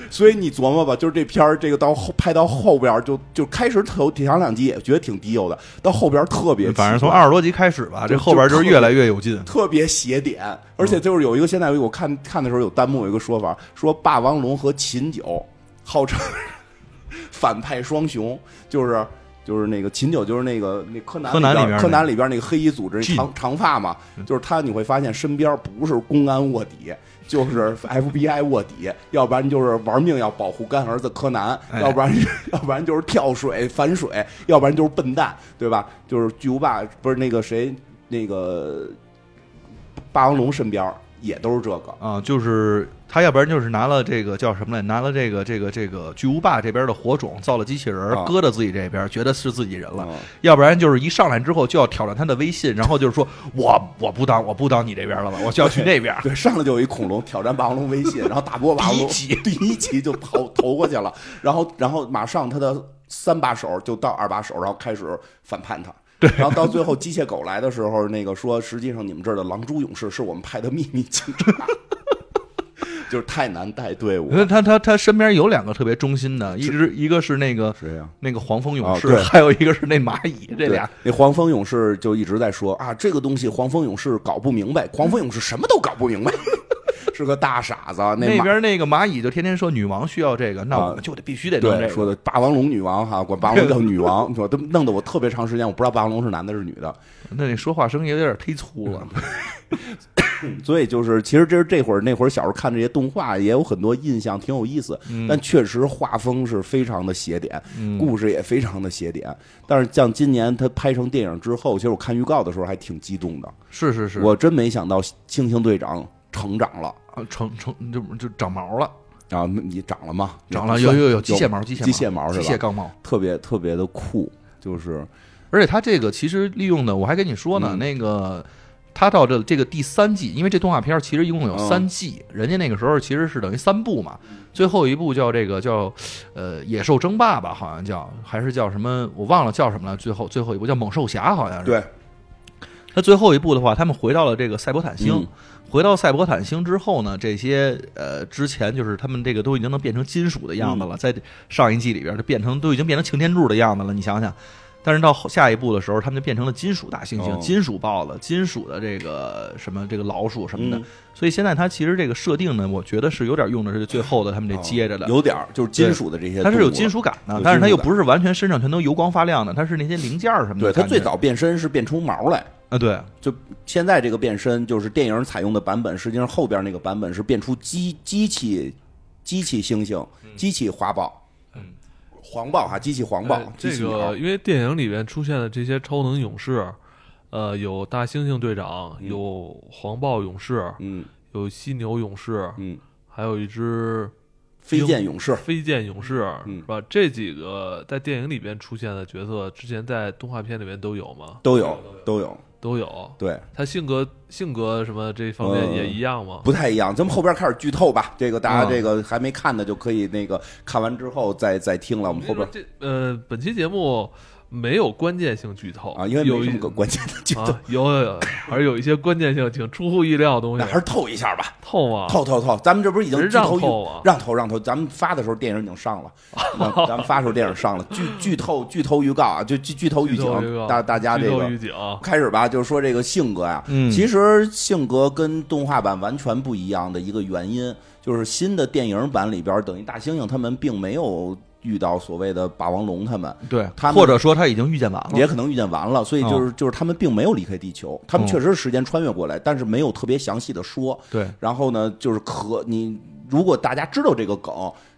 所以你琢磨吧，就是这片儿，这个到后拍到后边儿就就开始头前两集也觉得挺低幼的，到后边儿特别奇怪，反正从二十多集开始吧，就这后边就是越来越有劲。特别邪点，而且就是有一个现在我看看的时候有弹幕有一个说法，说霸王龙和秦九号称反派双雄，就是就是那个秦九就是那个那柯南柯南里边边那个柯南里边那个黑衣组织 Jin 长长发嘛，就是他你会发现身边不是公安卧底。就是 FBI 卧底，要不然就是玩命要保护干儿子柯南，哎要不然要不然就是 跳水反水，要不然就是笨蛋，对吧？就是巨无霸不是那个谁那个霸王龙身边儿也都是这个，啊，就是他要不然就是拿了这个叫什么来，拿了这个这个这个巨无霸这边的火种造了机器人儿，啊搁到自己这边，觉得是自己人了；嗯要不然就是一上来之后就要挑战他的威信，然后就是说我我不当我不当你这边了吧，我就要去那边。对，上来就有一恐龙挑战霸王龙威信，然后打不过霸王龙，第一集第一集就跑投过去了，然后然后马上他的三把手就到二把手，然后开始反叛他。对，然后到最后机械狗来的时候，那个说实际上你们这儿的狼蛛勇士是我们派的秘密警察， 就是太难带队伍因。为他他他身边有两个特别忠心的，一直一个是那个谁呀、那个黄蜂勇啊士，对还有一个是那蚂蚁，这俩对那黄蜂勇士就一直在说啊，这个东西黄蜂勇士搞不明白，黄蜂勇士什么都搞不明白， 是个大傻子。那那马边那个蚂蚁就天天说女王需要这个，那啊我们就得必须得弄这对个。说的霸王龙女王哈，管霸王龙叫女王， 我都弄得我特别长时间，我不知道霸王龙是男的是女的。那你说话声音有点忒粗了。嗯所以就是，其实这是这会儿那会儿小时候看这些动画，也有很多印象，挺有意思。嗯但确实画风是非常的邪点，故事也非常的邪点。但是像今年他拍成电影之后，其实我看预告的时候还挺激动的，是是是， 我真没想到猩猩队长成长了。啊成成就就长毛了，啊，你长了吗？长了也不算有有有机械毛，机械机械毛毛是吧？机械钢毛。特别特别的酷，就是而且它这个其实利用的，我还跟你说呢，嗯那个它到这这个第三季，因为这动画片儿其实一共有嗯三季，人家那个时候其实是等于三部嘛，最后一部叫这个叫呃野兽争霸吧，好像叫还是叫什么我忘了叫什么了，最后最后一部叫猛兽侠好像是。对，那最后一步的话，他们回到了这个赛博坦星。嗯回到赛博坦星之后呢，这些呃，之前就是他们这个都已经能变成金属的样子嗯了，在上一季里边就变成都已经变成擎天柱的样子了，你想想。但是到后下一步的时候，他们就变成了金属大猩猩、哦金属豹子、金属的这个什么这个老鼠什么的。嗯所以现在它其实这个设定呢，我觉得是有点用的是最后的他们这接着的，啊哦有点儿就是金属的这些，它是有金。属感的有，但是它又金属不是完全身上全都油光发亮的，它是那些零件儿什么的对，它感觉。最早变身是变出毛来，啊，对，就现在这个变身就是电影采用的版本，实际上后边那个版本是变出机机器机器猩猩、机器花豹，嗯，黄豹哈，机器黄豹呃，机这器鸟个，因为电影里面出现的这些超能勇士，呃，有大猩猩队长，有黄豹勇士，嗯有犀牛勇士，嗯，还有一只飞剑勇士，飞剑勇士，嗯是吧？这几个在电影里边出现的角色，之前在动画片里面都有吗？都有都有，都有。对，他性格性格什么这方面呃也一样吗？不太一样，咱们后边开始剧透吧。这个大嗯家这个还没看的就可以那个看完之后再再听了。我嗯们后边这呃，本期节目没有关键性剧透啊，因为有没什一么个关键的剧透啊，有有有，还是有一些关键性挺出乎意料的东那西还。是透一下吧，透吗？透透透。咱们这不是已经啊人剧透让透啊预让透让透，咱们发的时候电影已经上 了，那咱们发的时候电影上了，剧剧透剧透预告啊，就剧剧透预剧透警，大大家剧这透个预警啊，开始吧，就是说这个性格呀、嗯其实性格跟动画版完全不一样的一个原因，就是新的电影版里边，等于大猩猩他们并没有遇到所谓的霸王龙他们，哦对，他们或者说他已经遇见完了，也可能遇见完了，所以哦就是就是他们并没有离开地球，他们嗯确实是时间穿越过来，但是没有特别详细的说。对，然后呢，就是可你如果大家知道这个梗。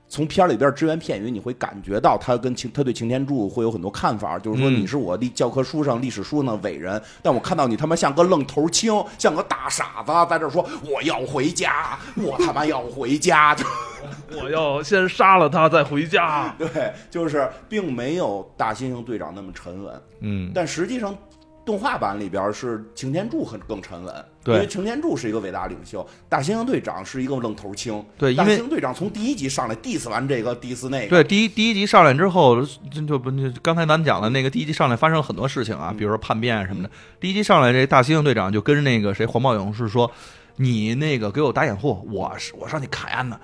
从片儿里边只言片语，你会感觉到他跟擎，他对擎天柱会有很多看法，就是说嗯你是我历教科书上、历史书上的伟人，嗯但我看到你他妈像个愣头青，像个大傻子，在这儿说我要回家，我他妈要回家， 就我要先杀了他再回家。 对，就是并没有大猩猩队长那么沉稳。嗯，但实际上，动画版里边是擎天柱很更沉稳，对因为擎天柱是一个伟大领袖，大猩猩队长是一个愣头青，对因大为猩猩队长从第一集上来 diss 完这个 diss 那个，对，第一第一集上来之后，就就不就刚才咱们讲了，那个第一集上来发生了很嗯多事情啊，比如说叛变啊什么的。第一集上来，这大猩猩队长就跟那个谁黄豹勇士说：“你那个给我打掩护，我是我上去卡烟的。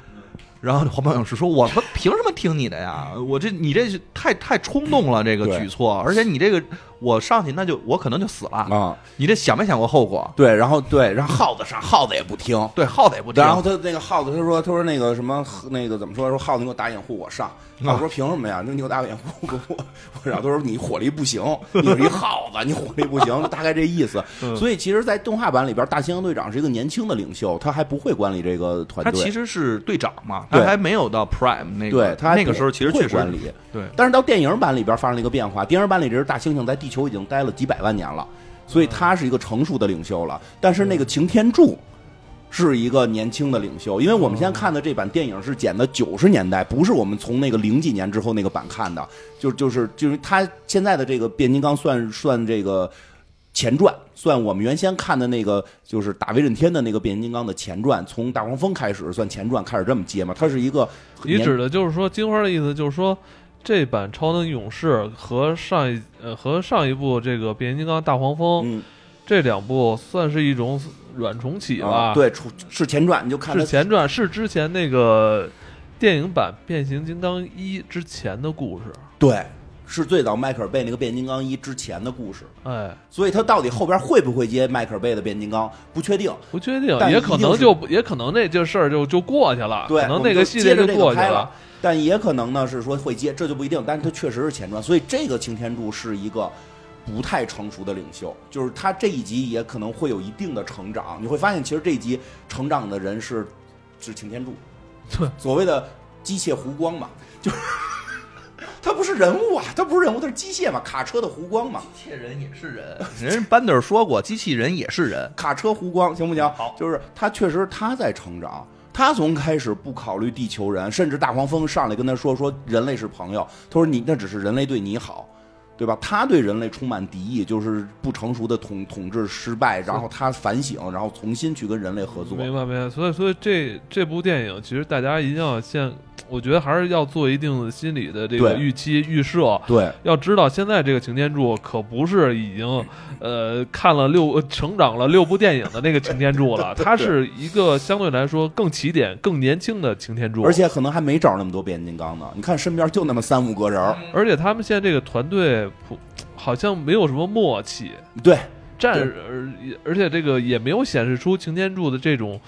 然后黄宝勇是说：“我他妈凭什么听你的呀？我这你这是太太冲动了，这个对举措，而且你这个我上去那就我可能就死了。啊，你这想没想过后果？对，然后对，然后耗子上，耗子也不听，对，耗子也不听。然后他那个耗子，他说他说那个什么那个怎么说？说耗子你给我打掩护，我上。耗子说凭什么呀？那你给我打掩护，我我然后他说你火力不行，你是一耗子，你火力不行，大概这意思。所以其实，在动画版里边，大猩猩队长是一个年轻的领袖，他还不会管理这个团他队，其实是队长嘛，对他还没有到 Prime 那个，对他还那个时候其实不会确实管理。对但是到电影版里边发生了一个变化，电影版里这只大猩猩在地球已经待了几百万年了，嗯所以他是一个成熟的领袖了。但是那个擎天柱是一个年轻的领袖，因为我们嗯现在看的这版电影是剪的九十年代，不是我们从那个零几年之后那个版看的，就就是就是他现在的这个变形金刚算算这个。前传算我们原先看的那个，就是打威震天的那个变形金刚的前传，从大黄蜂开始算前传，开始这么接嘛？它是一个你年指的就是说，金花的意思就是说，这版超能勇士和上一呃和上一部这个变形金刚大黄蜂、嗯这两部算是一种软重启吧？啊，，对，出是前传，你就看它是前传，是之前那个电影版变形金刚一之前的故事。对，是最早迈克尔贝那个变形金刚一之前的故事，哎，所以他到底后边会不会接迈克尔贝的变形金刚不确定。不确定但，也一可定能是就也可能那件事儿就就过去了，对，可我能们那就系接列着就这过个去拍了。但也可能呢是说会接，这就不一定。但是它确实是前传，所以这个擎天柱是一个不太成熟的领袖，就是他这一集也可能会有一定的成长。你会发现，其实这一集成长的人是是擎天柱，对，所谓的机械弧光嘛，就是。 他不是人物啊，他不是人物，他是机械嘛，卡车的弧光嘛。机器人也是人， 人家班德尔说过，机器人也是人。卡车弧光行不行？好就是他确实他在成长，他从开始不考虑地球人，甚至大黄蜂上来跟他说说人类是朋友，他说你那只是人类对你好。对吧？他对人类充满敌意，就是不成熟的统统治失败，然后他反省，然后重新去跟人类合作。明白明白，所以所以这这部电影其实大家一定要先，我觉得还是要做一定的心理的这个对预期预设。对要知道，现在这个擎天柱可不是已经，呃，看了六呃成长了六部电影的那个擎天柱了，他是一个相对来说更起点、更年轻的擎天柱。而且可能还没找那么多变形金刚呢。你看身边就那么三五个人儿，而且他们现在这个团队普好像没有什么默契，对，战对而而且这个也没有显示出擎天柱的这种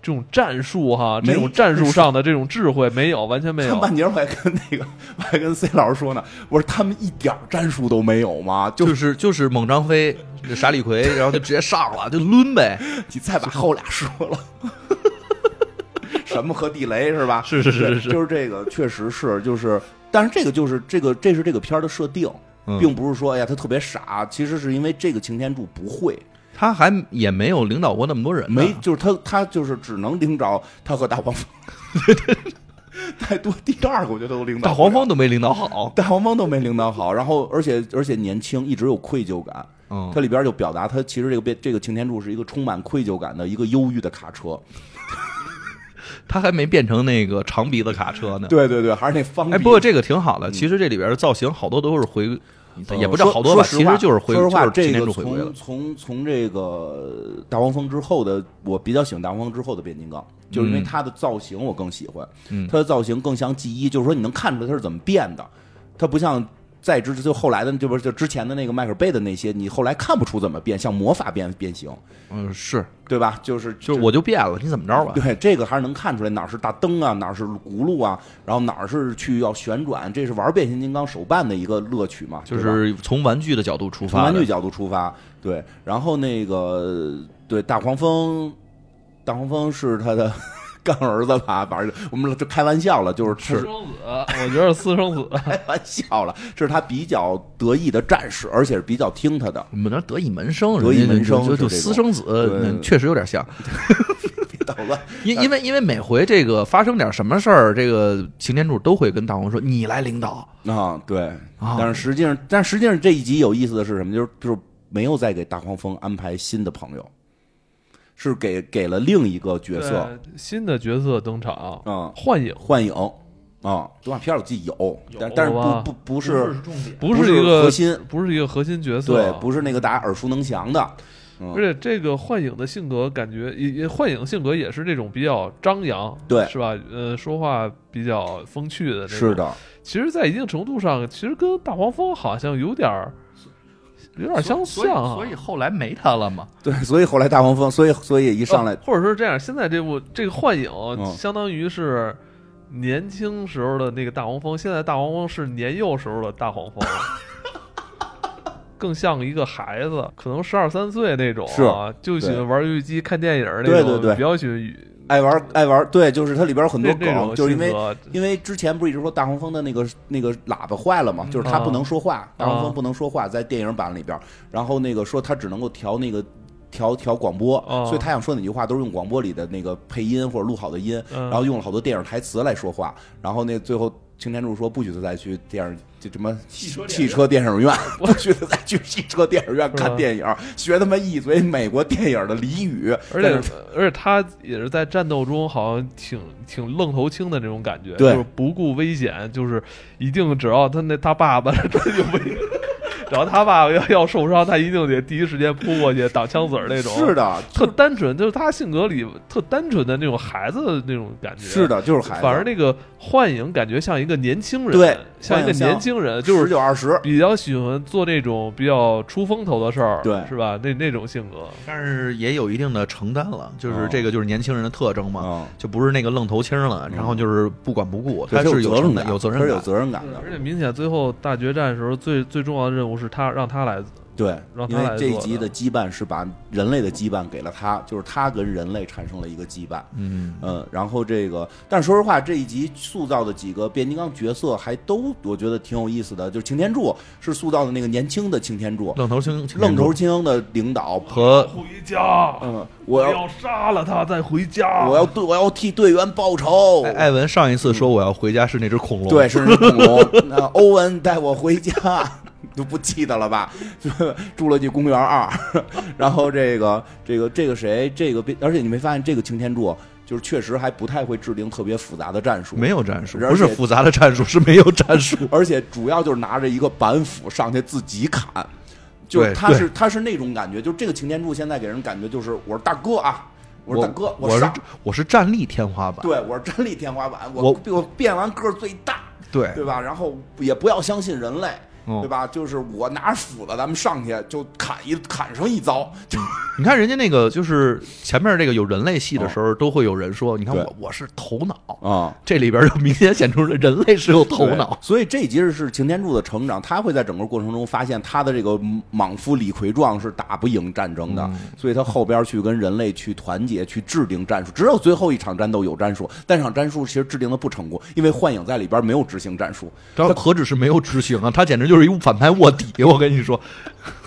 这种战术哈，没这种战术上的这种智慧没有，完全没看有。 半截儿我还跟那个我还跟 C 老师说呢，我说他们一点儿战术都没有吗？就就是就是猛张飞、傻李逵，然后就直接上了，就抡呗。你再把后俩说了，什么和地雷是吧？是是是是对就是这个，确实是，就是，但是这个就是这个，这是这个片儿的设定，嗯并不是说哎呀他特别傻，其实是因为这个擎天柱不会，他还也没有领导过那么多人呢，没就是他他就是只能领导他和大黄 蜂，再多第二个我觉得都领导大不了黄蜂。都没领导好。大黄蜂都没领导好，然后而且而且年轻，一直有愧疚感。嗯它，里边就表达他其实这个变这个擎天柱是一个充满愧疚感的一个忧郁的卡车。他还没变成那个长鼻子卡车 呢。对对对，还是那方。哎，不过这个挺好的，其实这里边的造型好多都是回，也不叫说好多吧，嗯说其实话实就是回，说实话，就是擎这天个柱回归了从。从从这个大黄蜂之后的，我比较喜欢大黄蜂之后的变形金刚，就是因为嗯它的造型我更喜欢，嗯它的造型更像 G 一，就是说你能看出来它是怎么变的，它不像。在之就后来的就不是就之前的那个迈克尔贝的那些，你后来看不出怎么变，像魔法变变形，嗯，是，对吧？就是就是我就变了，你怎么着吧？对，这个还是能看出来哪儿是大灯啊，哪儿是轱辘啊，然后哪儿是去要旋转，这是玩变形金刚手办的一个乐趣嘛，就对吧是从玩具的角度出从发的，玩具角度出发，对。然后那个对大黄蜂，大黄蜂是他的 干儿子吧？反正我们就开玩笑了，就是私是生子，我觉得私生子 开玩笑了，是他比较得意的战士，而且是比较听他的。我们那得以门生，得以人家门生就是这种就私生子，对嗯确实有点像。别 捣乱，因因为因为每回这个发生点什么事儿，这个擎天柱都会跟大黄说：“你来领导。啊，对，啊但是实际上，但实际上这一集有意思的是什么？就是就是没有再给大黄蜂安排新的朋友，是给给了另一个角色，对新的角色登场，嗯，幻影幻影啊，动画片我记得有，但有但是吧不不不是重点，不不是一个核心不是一个核心角色，啊对，不是那个大家耳熟能详的，嗯而且这个幻影的性格感觉也也幻影性格也是这种比较张扬，对是吧？呃，说话比较风趣的，是。的，其实，在一定程度上，其实跟大黄蜂好像有点儿有点儿相所以像啊。所以后来没他了嘛。对，所以后来大黄蜂，所以所以一上来哦，或者说这样，现在这部这个幻影嗯相当于是年轻时候的那个大黄蜂，现在大黄蜂是年幼时候的大黄 蜂，更像一个孩子，可能十二三岁那种啊，就喜欢玩游戏机、看电影那种，对对对比较喜欢与爱玩爱玩，对，就是它里边有很多那那梗，种就是性因为格。因为之前不是一直说大黄蜂的那个那个喇叭坏了嘛，嗯就是他不能说哦话，大黄蜂不能说话，在电影版里边，然后那个说他只能够调那个。调调广播，哦所以他想说哪句话都是用广播里的那个配音或者录好的音，嗯然后用了好多电影台词来说话。然后那最后擎天柱说不许他再去电影就什么汽车电影汽车电 影院，不许他再去汽车电影院是看吧电影，学他妈一嘴美国电影的俚语，而但是且而且他也是在战斗中好像挺挺愣头青的那种感觉，对就是不顾危险，就是一定只要他那他爸 爸真有危，只要他爸爸要要受伤，他一定得第一时间扑过去挡枪子儿那种。是，的，特单纯，就是他性格里特单纯的那种孩子的那种感觉。是。的，就是孩子，反而那个幻影感觉像一个年轻人，对像一个幻影像年轻人，就十是九二十，比较喜欢做那种比较出风头的事儿，对是吧？那那种性格，但是也有一定的承担了，就是哦这个就是年轻人的特征嘛，嗯就不是那个愣头青了，然后就是不管不顾，对他是有有承担感，有责他任是有感。责任感的。而且明显最后大决战的时候最最重要的任务是他让他来，对让，他因为来这一做集的的羁绊是把人类的羁绊给了他，就是他跟人类产生了一个羁绊。嗯，嗯，然后这个，但是说实话，这一集塑造的几个变形金刚角色还都我觉得挺有意思的，就是擎天柱是塑造的那个年轻的擎天柱，愣头青，愣头青的领导。和回家，嗯，我要杀了他再回家我要对我要替队员报仇艾。艾文上一次说我要回家是那只恐龙， 对，，是那恐龙。 那欧文带我回家， 都不记得了吧？ 侏罗纪公园二， 然后这个这个这个谁，这个而且你没发现这个擎天柱啊就是确实还不太会制定特别复杂的战术，没有战术，而且不是复杂的战术，是没有战术。 而且主要就是拿着一个板斧上去自己砍，就是对他是他是那种感觉，就这个擎天柱现在给人感觉就是我是大哥啊，我是大哥，我是上，我是战力天花板，对我是真力天花板，我我比我变完个儿最大。对对吧？然后也不要相信人类，嗯对吧？就是我拿着斧子，咱们上去就砍一砍上一遭，就你看人家那个就是前面这个有人类戏的时候，都会有人说，你看对我我是头脑， 啊。这里边就明显显出了人类是有头脑，所以这一集是擎天柱的成长，他会在整个过程中发现他的这个莽夫李逵壮是打不赢战争嗯的，所以他后边去跟人类去团结，去制定战术。只有最后一场战斗有战术，但这场战术其实制定的不成功，因为幻影在里边没有执行战术，他何止是没有执行啊，他简直就是一反派卧底！我跟你说，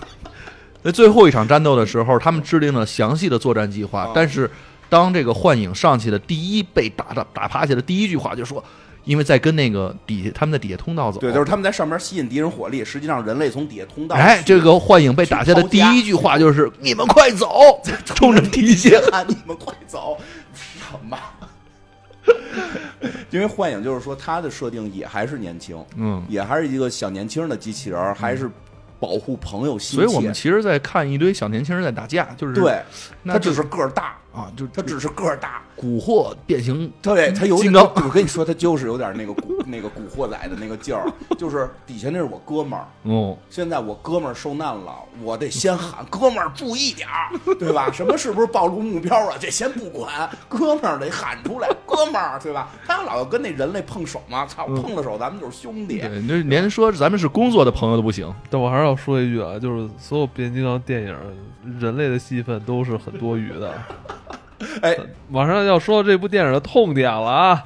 在最后一场战斗的时候，他们制定了详细的作战计哦划，但是当这个幻影上去的第一被打打打趴下的第一句话就说，因为在跟那个底他们在底下通道走，啊对，就是他们在上面吸引敌人火力，实际上人类从底下通道哎，这个幻影被打下的第一句 话就是“你们快走”， 冲着提鞋喊你们快走，什么？ 因为幻影就是说，它的设定也还是年轻， 嗯，也还是一个小年轻的机器人儿，还是保护朋友心所切。以我们其实，在看一堆小年轻人在打架，就是对，那他就只是个儿大，啊，就他只是个儿大。蛊惑变形，对他有点金刚 我跟你说，他就是有点那个古那个古惑仔的那个劲儿，就是底下那是我哥们儿，嗯，现在我哥们儿受难了，我得先喊哥们儿注意点儿， 对吧？什么是不是暴露目标啊？这先不管， 哥们儿得喊出来， 哥们儿，对吧？他老要跟那人类碰手嘛，操，嗯碰了手咱们就是兄弟。对，就是连说咱们是工作的朋友都不行。但我还是要说一句啊，就是所有变形金刚电影，人类的戏份都是很多余的。哎， 马上要说这部电影的痛点了 啊，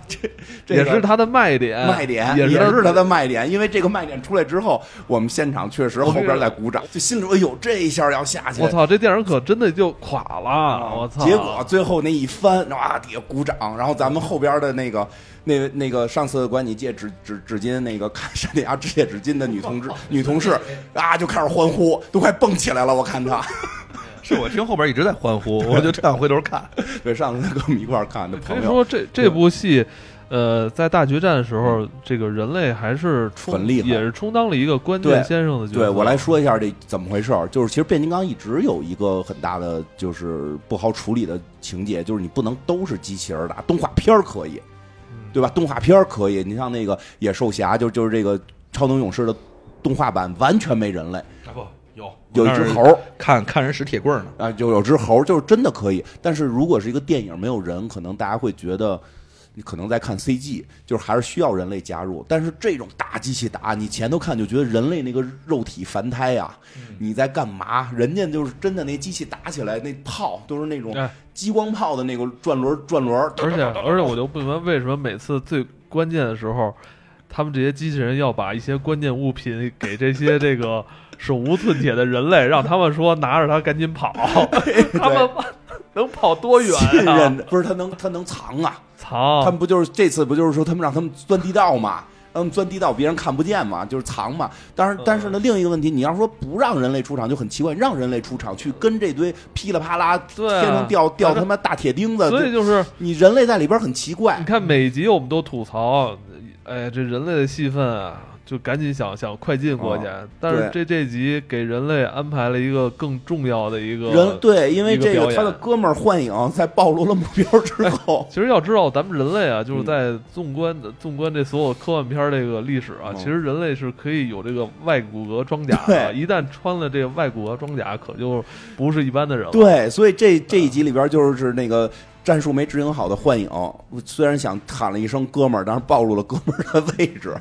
这也个是它的卖点，卖点呃也也是它他的卖点，因为这个卖点出来之后，我们现场确实后边在鼓掌，就心里说：“哎呦，这一下要下去。”我操，这电影可真的就垮啊了！我操，结果最后那一翻，哇，底下鼓掌，然后咱们后边的那个。那那个上次管你借纸纸纸巾，那个看山顶牙只借纸巾的女 同志女同事啊，就开始欢呼，都快蹦起来了。我看她， 是我听后边一直在 欢呼，我就这样回头看。对，上次跟我们一块儿看的可朋以友，说这这部戏，呃，在大决战的时候，这个人类还是充很厉害也是充当了一个关键对先生的角色。对我来说一下这怎么回事儿，就是其实变形金刚一直有一个很大的就是不好处理的情节，就是你不能都是机器人儿打，动画片儿可以，对吧？动画片儿可以，你像那个野兽侠，就就是这个超能勇士的动画版完全没人类，啊不有有一只猴，儿看看人使铁棍儿呢。啊，就有只猴儿，就是真的可以。但是如果是一个电影没有人，可能大家会觉得。你可能在看 CG，就是还是需要人类加入。但是这种大机器打，你前头看就觉得人类那个肉体凡胎呀、嗯你在干嘛？人家就是真的那机器打起来，那炮都是那种哎激光炮的那个转轮转轮儿，而且而且我就不明白为什么每次最关键的时候，他们这些机器人要把一些关键物品给这些这个手无寸铁的人类，让他们说拿着它赶紧 跑，他们能跑多远信啊？任不是他能他能藏啊？他藏们不就是这次不就是说他们让他们钻地道嘛，让他们钻地道，别人看不见嘛，就是藏嘛。但嗯是但是呢，另一个问题，你要说不让人类出场就很奇怪，让人类出场去跟这堆噼里啪啦对啊天上掉掉反正他妈大铁钉子，所以就是你人类在里边很奇怪你。看每集我们都吐槽，哎，这人类的戏份啊，就赶紧想想快进过去。哦但是这对这集给人类安排了一个更重要的一个人对，因为一个这表个演他的哥们儿幻影在暴露了目标之后，其实要知道，咱们人类啊，嗯就是在纵观的、纵观这所有科幻片儿这个历史啊，嗯其实人类是可以有这个外骨骼装甲的。对一旦穿了这个外骨骼装甲，可就不是一般的人了。，对，所以这这一集里边就是那个战术没执行好的幻影，虽然想喊了一声哥们儿，但是暴露了哥们儿的位 置，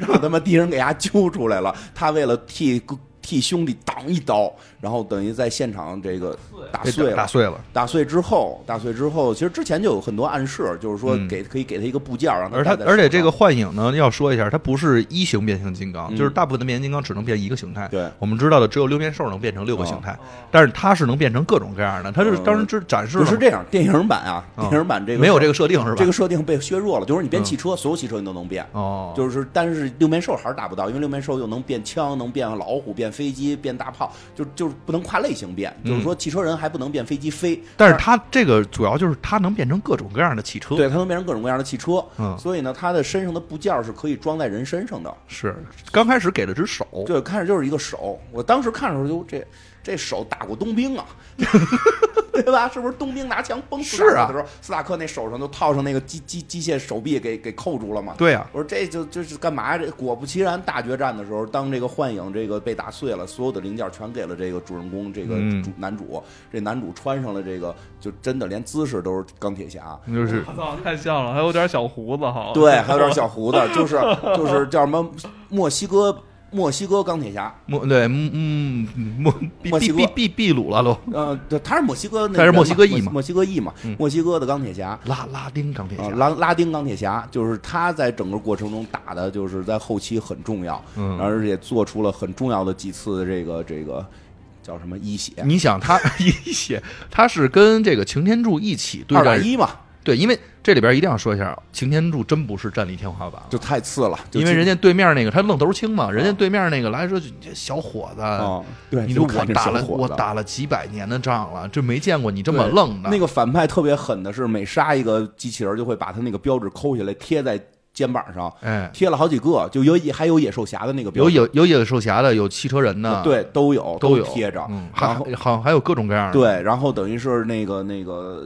让他妈敌人给他揪出来了。他为了替哥替兄弟挡一刀，然后等于在现场这个打被碎打了。嗯碎了，打碎之后，打碎之后，其实之前就有很多暗示，就是说嗯给可以给他一个部件儿，让他而他戴在而且手这个上幻影呢，要说一下，它不是一型变形金刚，嗯就是大部分的变形金刚只能变一个形态。对哦我们知道的只有六面兽能变成六个形态，但是它是能变成各种各样的。它是嗯当时只展示不了是这样，电影版啊，嗯电影版这个没有这个个设定是吧？嗯这个设定被削弱了，就是你变汽车，所有汽车你都能变。哦，就是，但是六面兽还是打不到，因为六面兽又能变枪，能变老虎，变飞机，变大炮，就就是不能跨类型变，嗯就是说汽车人还不能变飞机飞，但是它这个主要就是它能变成各种各样的汽车。对，它能变成各种各样的汽车，嗯哦所以呢，它的身上的部件是可以装在人身上的。是刚开始给了只手，对，看着就是一个手，我当时看的时候就这这手打过冬 兵啊，对吧？是不是冬兵拿枪崩斯塔是啊克的时候，斯塔克那手上就套上那个机机机械手臂给给扣住了嘛？对啊呀，我说这就这是干嘛？这果不其然，大决战的时候，当这个幻影这个被打碎了，所有的零件全给了这个主人公这个嗯主、男主。这男主穿上了这个，就真的连姿势都是钢铁侠。就是我操，太像了，还有点小胡子哦哈。 对，还有点小胡子，就是就是叫什么墨西哥墨西哥钢铁侠。墨对嗯嗯墨秘墨秘西哥秘秘秘鲁了都，呃，对，他是墨西哥那个人嘛，他是墨西哥裔嘛嗯墨西哥裔嘛，墨西哥的钢铁侠。拉拉丁钢铁啊，侠，拉拉丁钢铁侠就是他在整个过程中打的，就是在后期很重要，嗯而且做出了很重要的几次的这个这个叫什么一血你想他 一血，他是跟这个擎天柱一起对二打战一嘛，对，因为这里边一定要说一下，啊擎天柱真不是战力天花板了，就太次了，就哦因为人家家对面那个他愣头青嘛，人家对面那个来说这小伙子，啊，对，你就说看我这打小了伙我子打了几百年的仗了，这没见过你这对么愣的。那个反派特别狠的是，每杀一个机器人就会把他那个标志抠下来贴在肩膀上，哎，贴了好几个，就有还有野兽侠的那个标有志，野有野兽侠的，有汽车人的，，对都有都有贴着嗯，，还然好后像还有各种各样的。，对，然后等于是那个那个，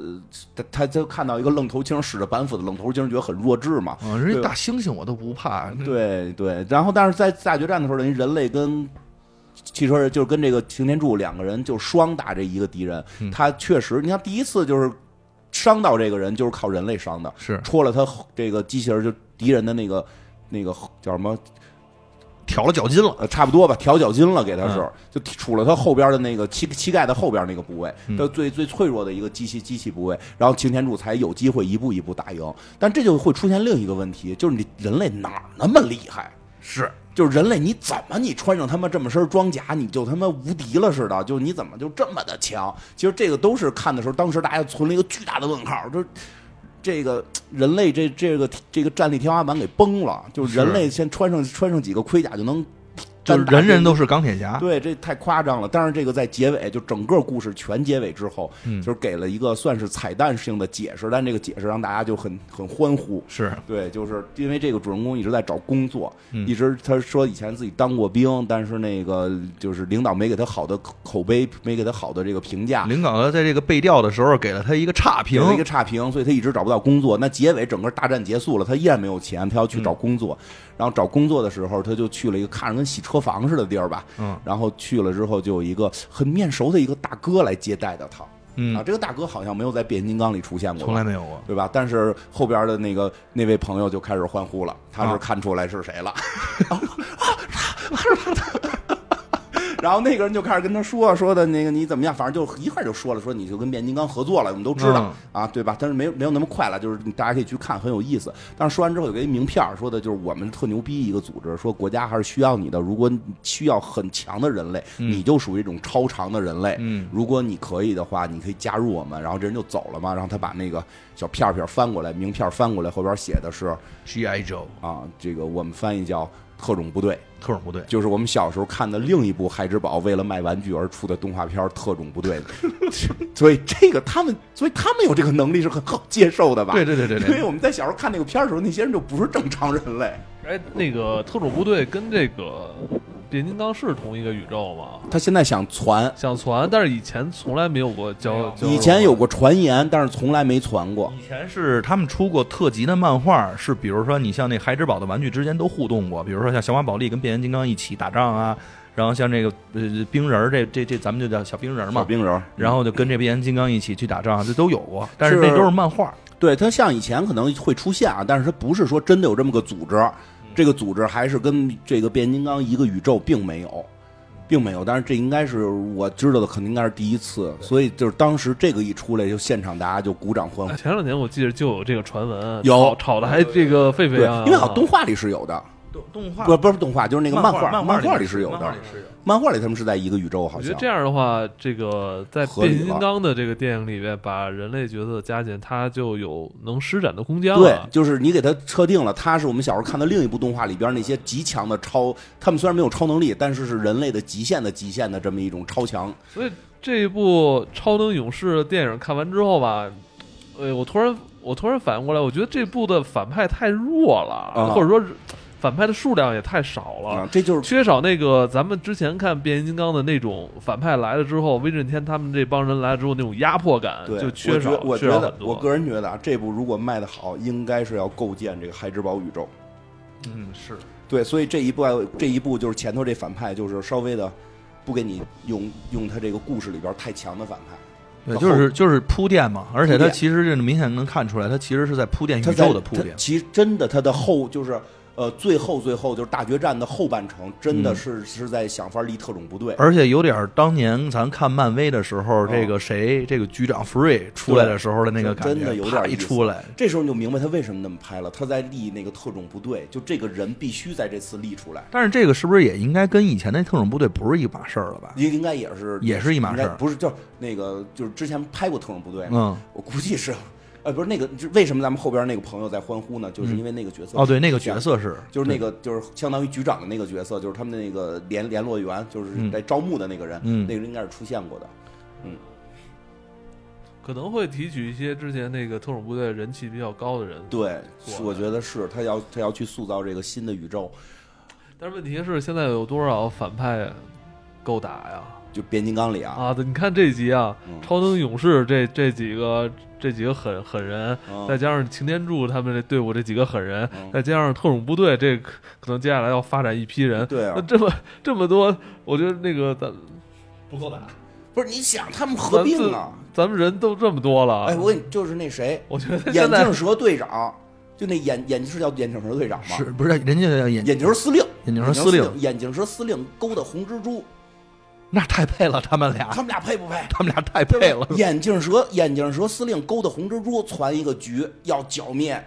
他他就看到一个愣头青使着板斧的愣头青，觉得很弱智嘛。嗯，人家对大猩猩我都不怕。那，对对，然后但是在大决战的时候，等于人类跟汽车人就是跟这个擎天柱两个人就双打这一个敌人，嗯他确实，你看第一次就是伤到这个人，就是靠人类伤的，是戳了他后这个机器人就敌人的那个那个叫什么挑了脚筋了，呃，差不多吧，调脚筋了，给他是、嗯就杵了他后边的那个膝膝盖的后边那个部位，嗯他最最脆弱的一个机器机器部位，然后擎天柱才有机会一步一步打赢。但这就会出现另一个问题，就是你人类哪儿那么厉害？是就是人类，你怎么你穿上他妈这么身装甲，你就他妈无敌了似的？就你怎么就这么的强？其实这个都是看的时候，当时大家存了一个巨大的问号，就是这个人类这这个这个战力天花板给崩了，就是人类先穿上穿上几个盔甲就能。就是单打人人独都是钢铁侠，对，这太夸张了。但是这个在结尾，就整个故事全结尾之后，嗯就是给了一个算是彩蛋性的解释，但这个解释让大家就很很欢呼。是对，就是因为这个主人公一直在找工作，嗯一直他说以前自己当过兵，但是那个就是领导没给他好的口碑，没给他好的这个评价，林港在这个背调的时候给了他一个差给评，了一个差评，所以他一直找不到工作。那结尾整个大战结束了，他依然没有钱，他要嗯去找工作。然后找工作的时候，他就去了一个看着跟洗车房似的地儿吧，嗯然后去了之后，就有一个很面熟的一个大哥来接待的他。啊，嗯，这个大哥好像没有在变形金刚里出现过吧，从来没有过。对吧？但是后边的那个那位朋友就开始欢呼了，他是啊看出来是谁了。然后那个人就开始跟他说说的那个你怎么样，反正就一块就说了，说你就跟变形金刚合作了，我们都知道、啊，对吧？但是没有没有那么快了，就是大家可以去看，很有意思。但是说完之后有个名片儿说的就是我们特牛逼一个组织，说国家还是需要你的，如果你需要很强的人类，你就属于一种超常的人类。嗯，如果你可以的话，你可以加入我们。然后这人就走了嘛，然后他把那个小片儿片儿翻过来，名片儿翻过来，后边写的是 G.I. Joe 啊，这个我们翻译叫特种部队。特种部队，就是我们小时候看的另一部《孩之宝》为了卖玩具而出的动画片《特种部队》， 所以这个他们，所以他们有这个能力是很好接受的吧？对对对对 因为对，我们在小时候看那个片儿的时候，那些人就不是正常人类，哎，那个特种部队跟这个变形金刚是同一个宇宙吗？他现在想传。想传，但是以前从来没有过交。交以前有过传言，但是从来没传过。以前是他们出过特级的漫画，是比如说你像那孩之宝的玩具之间都互动过，比如说像小马宝莉跟变形金刚一起打仗啊，然后像这个呃冰人儿，这这这咱们就叫小冰人儿小嘛，冰人儿，然后就跟这变形金刚一起去打仗，这都有过，但是是那都是漫画，对他像以前可能会出现啊，但是他不是说真的有这么个组织，这个组织还是跟这个变形金刚一个宇宙，并没有，并没有。但是这应该是我知道的，肯定应该是第一次，所以就是当时这个一出来，就现场大家就鼓掌欢呼哎。前两年我记得就有这个传闻，有吵吵的还这个沸沸对扬扬，啊。因为好像动画里是有的，动动画不不是动画，就是那个漫画，漫漫里是有漫画的里，是有。漫画里他们是在一个宇宙，好我觉像得这样的话，这个在合理变形金了刚的这个电影里面，把人类角色加进，它就有能施展的空间对了。，就是你给他设定了，他是我们小时候看的另一部动画里边那些极强的超，他们虽然没有超能力，但是是人类的极限的极限的这么一种超强。所以这一部《超能勇士》的电影看完之后吧，呃，我突然我突然反应过来，我觉得这部的反派太弱了，啊或者说反派的数量也太少了啊，，这就是缺少那个咱们之前看变形金刚的那种反派来了之后，威震天他们这帮人来了之后那种压迫感对，嗯就缺少，我觉缺得，我觉少得很，多。我个人觉得啊，这部如果卖的好，应该是要构建这个孩之宝宇宙。嗯，是对，所以这一部这一部就是前头这反派就是稍微的不给你用用他这个故事里边太强的反派，对，然后就是就是铺垫嘛，而且铺它垫其实这明显能看出来，它其实是在铺垫宇他在宙的铺他垫。其实真的他的后就是呃最后最后就是大决战的后半程，真的是、是在想法立特种部队。嗯而且有点儿当年咱看漫威的时候，哦这个谁，这个局长 Free 出来的时候的那个感觉，真的有点啪意思一出来，这时候你就明白他为什么那么拍了，他在立那个特种部队，就这个人必须在这次立出来，但是这个是不是也应该跟以前那特种部队不是一码事儿了吧？应应该也是也是一码应事该儿。不是就是那个就是之前拍过特种部队嘛，嗯，我估计是，呃，不是那个，就是为什么咱们后边那个朋友在欢呼呢？就是因为那个角色哦，对，那个角，色是，就是那个就是相当于局长的那个角色，就是他们的那个联联络员，就是在招募的那个人，嗯那个人应该是出现过的。可能会提取一些之前那个特种部队人气比较高的人，对，错是我觉得是他要他要去塑造这个新的宇宙，但是问题是现在有多少反派够打呀？就变形金刚里哦啊，啊，对你看这集啊，嗯超能勇士这这几个这几个狠狠人，嗯再加上擎天柱他们这队伍这几个狠人，嗯再加上特种部队，这可可能接下来要发展一批人。对啊那这么这么多，我觉得那个咱不够打，不是你想他们合并啊？咱们人都这么多了，啊哎，我跟你就是那谁，我觉 得眼现在镜蛇队长，就那眼眼是叫眼镜蛇队长吗？是不是人家叫眼眼镜蛇司令，眼镜蛇司令，眼镜蛇司令勾搭红蜘蛛，那太配了，他们俩，他们俩配不配？他们俩太对啊配吧了。眼镜蛇，眼镜蛇司令勾搭红蜘蛛，传一个局，要剿灭，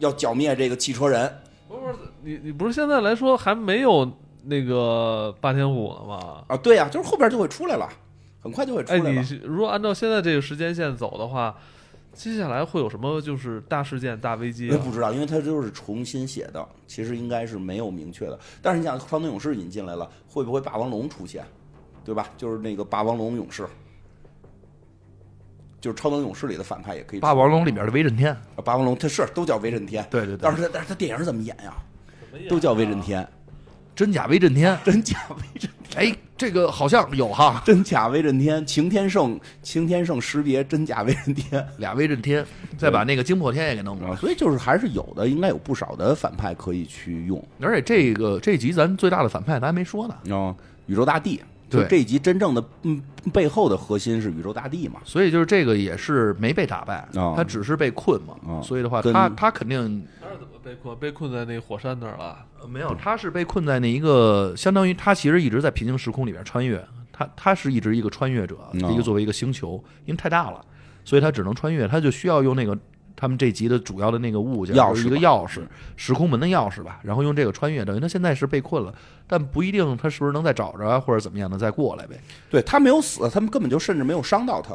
要剿灭这个汽车人。不是不是你你不是现在来说还没有那个霸天虎呢吗？啊，对呀、啊，就是后边就会出来了，很快就会出哎，来了。你是如果按照现在这个时间线走的话，接下来会有什么就是大事件、大危机、我也啊？哎不知道，因为它就是重新写的，其实应该是没有明确的。但是你想，超能勇士引进来了，会不会霸王龙出现？对吧？就是那个霸王龙勇士，就是超能勇士里的反派也可以。霸王龙里边的威震天，啊霸王龙，他是都叫威震天。对对对但是他但是他电影怎么演啊呀？都叫威震天，真假威震天，真假威震哎，这个好像有哈，真假威震天，擎天圣擎天圣识别真假威震天。俩威震天，再把那个惊破天也给弄 啊，了。所以就是还是有的，应该有不少的反派可以去用。而且这个这集咱最大的反派咱还没说呢，嗯，宇宙大帝，就对这一集真正的嗯背后的核心是宇宙大帝嘛。所以就是这个也是没被打败，哦他只是被困嘛。哦所以的话，跟他他肯定他是怎么被困？被困在那火山那儿了？呃没有，他是被困在那一个，相当于他其实一直在平行时空里边穿越，他他是一直一个穿越者，嗯一个作为一个星球，因为太大了，所以他只能穿越，他就需要用那个他们这集的主要的那个物件，钥匙吧就是一个钥匙，时空门的钥匙吧，然后用这个穿越，等于他现在是被困了，但不一定他是不是能再找着啊，或者怎么样的再过来呗。对他没有死，他们根本就甚至没有伤到他。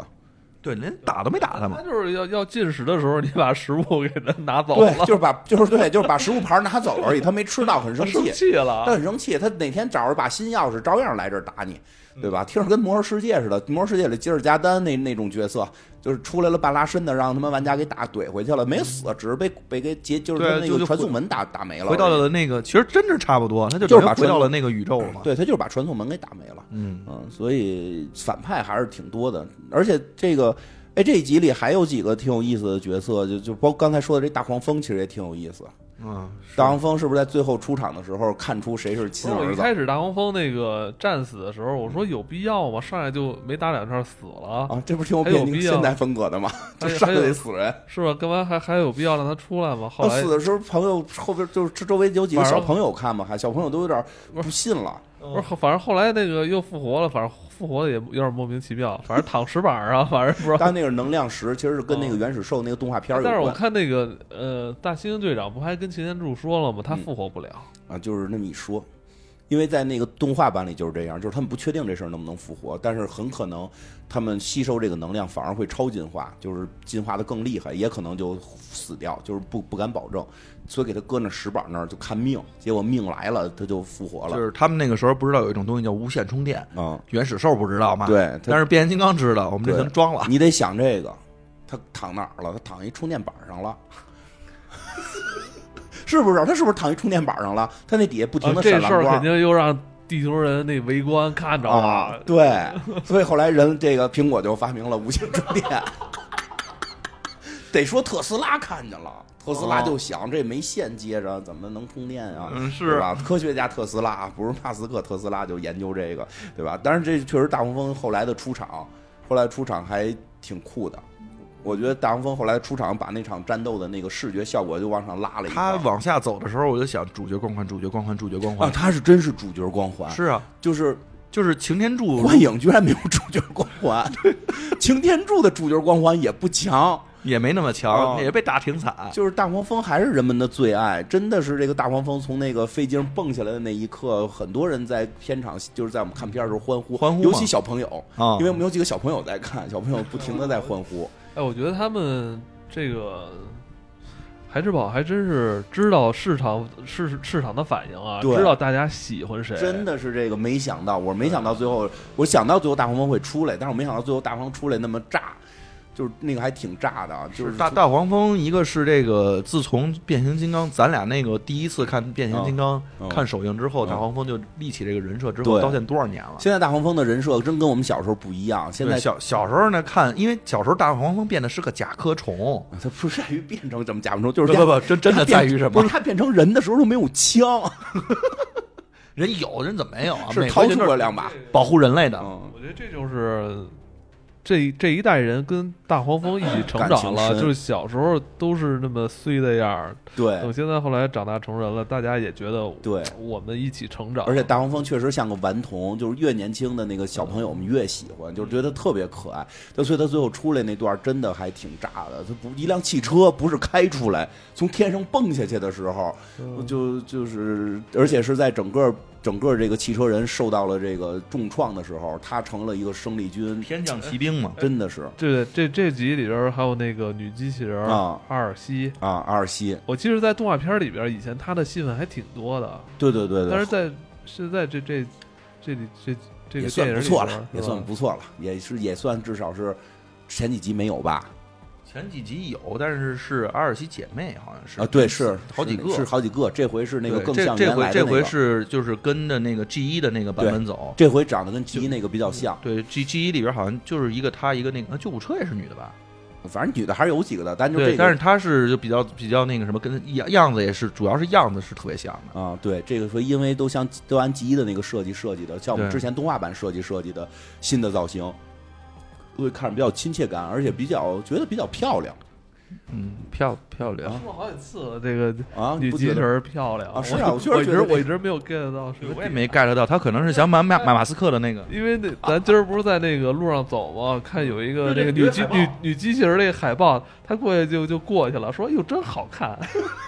对，连打都没打他嘛他。就是要要进食的时候，你把食物给他拿走对 了，，就是把就是对，就是把食物盘拿走了而已，他没吃到，很生他生气。气他了。很生气，他哪天找着把新钥匙，照样来这儿打你，嗯对吧？听着跟魔兽世界似的，魔兽世界里吉尔加丹那那种角色，就是出来了半拉身的，让他们玩家给打怼回去了，没死，只是被被给截，就是嗯对他那就个就传送门打打没了而已，回到了那个，其实真是差不多，他就就是等于把回传到了那个宇宙了嘛。对他就是把传送门给打没了。啊嗯，嗯，所以反派还是挺多的，而且这个，哎，这一集里还有几个挺有意思的角色，就就包括刚才说的这大黄蜂，其实也挺有意思。嗯，是大黄蜂是不是在最后出场的时候看出谁是亲我儿一子？开始大黄蜂那个战死的时候，我说有必要吗？上来就没打两下死了，啊，这不是挺有还有变形必要现代风格的吗？就还有上来还得有死人，是吧？干嘛还还有必要让他出来吗？后他来死的时候朋友后边就是这周围有几个晚上小朋友看嘛，还小朋友都有点不信了。不是，反正后来那个又复活了，反正复活的也有点莫名其妙，反正躺石板啊，反正不知道。但那个能量石其实是跟那个原始兽那个动画片儿有但是我关看那个呃，大猩猩队长不还跟擎天柱说了吗？他复活不了。啊，就是那么一说。因为在那个动画版里就是这样，就是他们不确定这事儿能不能复活，但是很可能他们吸收这个能量反而会超进化，就是进化的更厉害，也可能就死掉，就是不不敢保证，所以给他搁那石板那儿就看命，结果命来了他就复活了，就是他们那个时候不知道有一种东西叫无线充电，嗯，原始兽不知道嘛？对他但是变形金刚知道，我们这对能装了。你得想这个，他躺哪儿了？他躺一充电板上了， 是不是？他是不是躺一充电板上了？他那底下不停啊的这闪事儿蓝光肯。定又让地球人那围观看着啊，了。对，所以后来人这个苹果就发明了无线充电。 得说特斯拉看见了，特斯拉就想这没线接着怎么能充电啊？哦嗯是对吧？科学家特斯拉啊不是马斯克，特斯拉就研究这个，对吧？但是这确实大黄蜂后来的出场，后来出场还挺酷的。我觉得大黄蜂后来出场把那场战斗的那个视觉效果就往上拉了一他道往下走的时候，我就想主角光环，主角光环，主角光啊，环。他是真是主角光环，是啊，就是就是擎天柱幻影居然没有主角光环， 擎天柱的主角光环也不强，也没那么哦强，也被打挺惨。就是大黄蜂还是人们的最爱，真的是这个大黄蜂从那个飞机上蹦下来的那一刻，很多人在片场就是在我们看片的时候欢呼，欢呼吗尤其小朋友，啊 因为我们有几个小朋友在看，小朋友不停的在欢呼，哎，我觉得他们这个孩之宝还真是知道市场市市场的反应啊，对知道大家喜欢谁。真的是这个没想到，我没想到最后，我想到最后大黄蜂会出来，但是我没想到最后大黄蜂出来那么炸，就是那个还挺炸的，啊就是大从大黄蜂，一个是这个，自从变形金刚，咱俩那个第一次看变形金刚嗯嗯看首映之后，嗯大黄蜂就立起这个人设之对后，到现在多少年了？现在大黄蜂的人设真跟我们小时候不一样，现在对小小时候呢看，因为小时候大黄蜂变的是个甲壳虫，它啊不是在于变成怎么假不成，就不是不它不，真真的它变在于什不么是？它变成人的时候都没有 枪，人有人怎么没有啊？是美国掏就出是了两把。保护人类的，嗯，我觉得这就是这这一代人跟大黄蜂一起成感长情了，深就是小时候都是那么衰的样儿，等 哦对现在后来长大成人了，大家也觉得对。我们一起成长，而且大黄蜂确实像个顽童，就是越年轻的那个小朋友，我们越喜欢，就是觉得特别可爱。就所以他最后出来那段真的还挺炸的，他不一辆汽车不是开出来，从天上蹦下去的时候，嗯就就是，而且是在整个整个这个汽车人受到了这个重创的时候，他成了一个生力军，天降奇兵嘛，真的是对这这集里边还有那个女机器人儿啊阿尔西，啊，阿尔西，我记得在动画片里边以前她的戏份还挺多的，对对对对，但是在是在这这这里这这也个算电影不里错边了，是也吧算不错了，也是也算至少是前几集没有吧？前几集有，但是是阿尔西姐妹好像是啊，对，是好几个是好几个，这回是那个对更这像这原回来的这那回个，是就是跟着那个 G 一的那个版本走。这回长得跟吉那个比较像，对 G G 一里边好像就是一个他一个那个啊救护车也是女的吧？反正女的还是有几个的，但就这对，个，但是她是就比较比较那个什么，跟样样子也是，主要是样子是特别像的。啊，对，这个说因为都像都按吉一的那个设计设计的，像我们对之前动画版设计设计的新的造型，会看着比较亲切感，而且比较觉得比较漂亮嗯，漂漂亮。说了好几次了，这个啊，你女不机觉器得？人漂亮啊是啊我我确实我一觉直得这我一直没有 get 到什么，我也没 get 到，他可能是想买马马马斯克的那个，因为那咱今儿不是在那个路上走吗？看有一个那个女机女女机器人那个海报，她过去就就过去了，说哟真好看，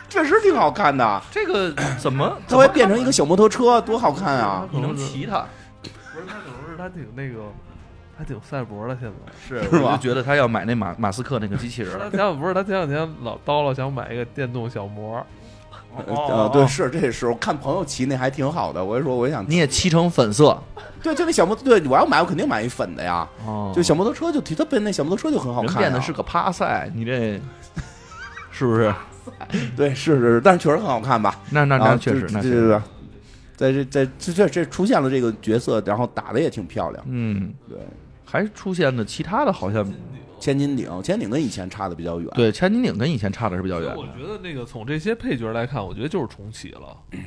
确实挺好看的， 这 个怎么它会变成一个小摩托车，多好看 啊！你能骑它？不是她可能是她挺那个，她挺赛博的现在。是是吧我就觉得他要买那马马斯克那个机器人他了。前两不是他前两天老叨唠想买一个电动小模儿，哦 呃，对，，是这是我看朋友骑那还挺好的，我就说我也想，你也漆成粉色对，就那小摩托，对我要买我肯定买一粉的呀，哦就小摩托车就它变那小摩托车就很好人看、啊，变的是个趴赛，你这是不是？对，是是是，但是确实很好看吧？那那啊那确实这，那这确实，这，在这在这这这出现了这个角色，然后打的也挺漂亮。嗯，对，还出现的其他的好像千斤顶，千斤顶跟以前差的比较远。对千斤顶跟以前差的是比较远我的，觉得那个从这些配角来看，我觉得就是重启了，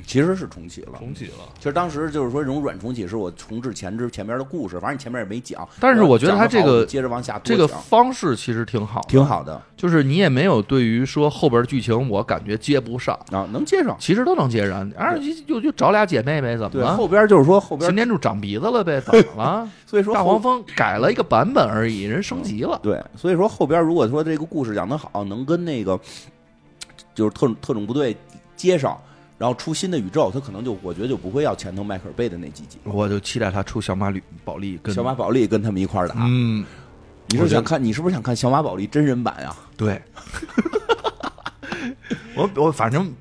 其实是重启了。重启了。其实当时就是说，这种软重启是我重置前之前面的故事，反正你前面也没讲。但是我觉得他这讲得好个我接着往下多这个讲方式其实挺好的，挺好的就是你也没有对于说后边剧情我感觉接不上，啊，能接上。其实都能接着。二十一就就找俩姐妹呗，怎么对，了？后边就是说后擎边，天柱长鼻子了呗，怎么 了？所以说大后黄蜂改了一个版本而已，人升级了。对，所以说后边如果说这个故事讲得好，能跟那个就是特种特种部队接上，然后出新的宇宙，他可能就我觉得就不会要前头迈克尔贝的那几集。我就期待他出小马吕宝莉跟小马宝莉跟他们一块儿打。嗯，你是想看？你是不是想看小马宝莉真人版呀？啊对。 我我反正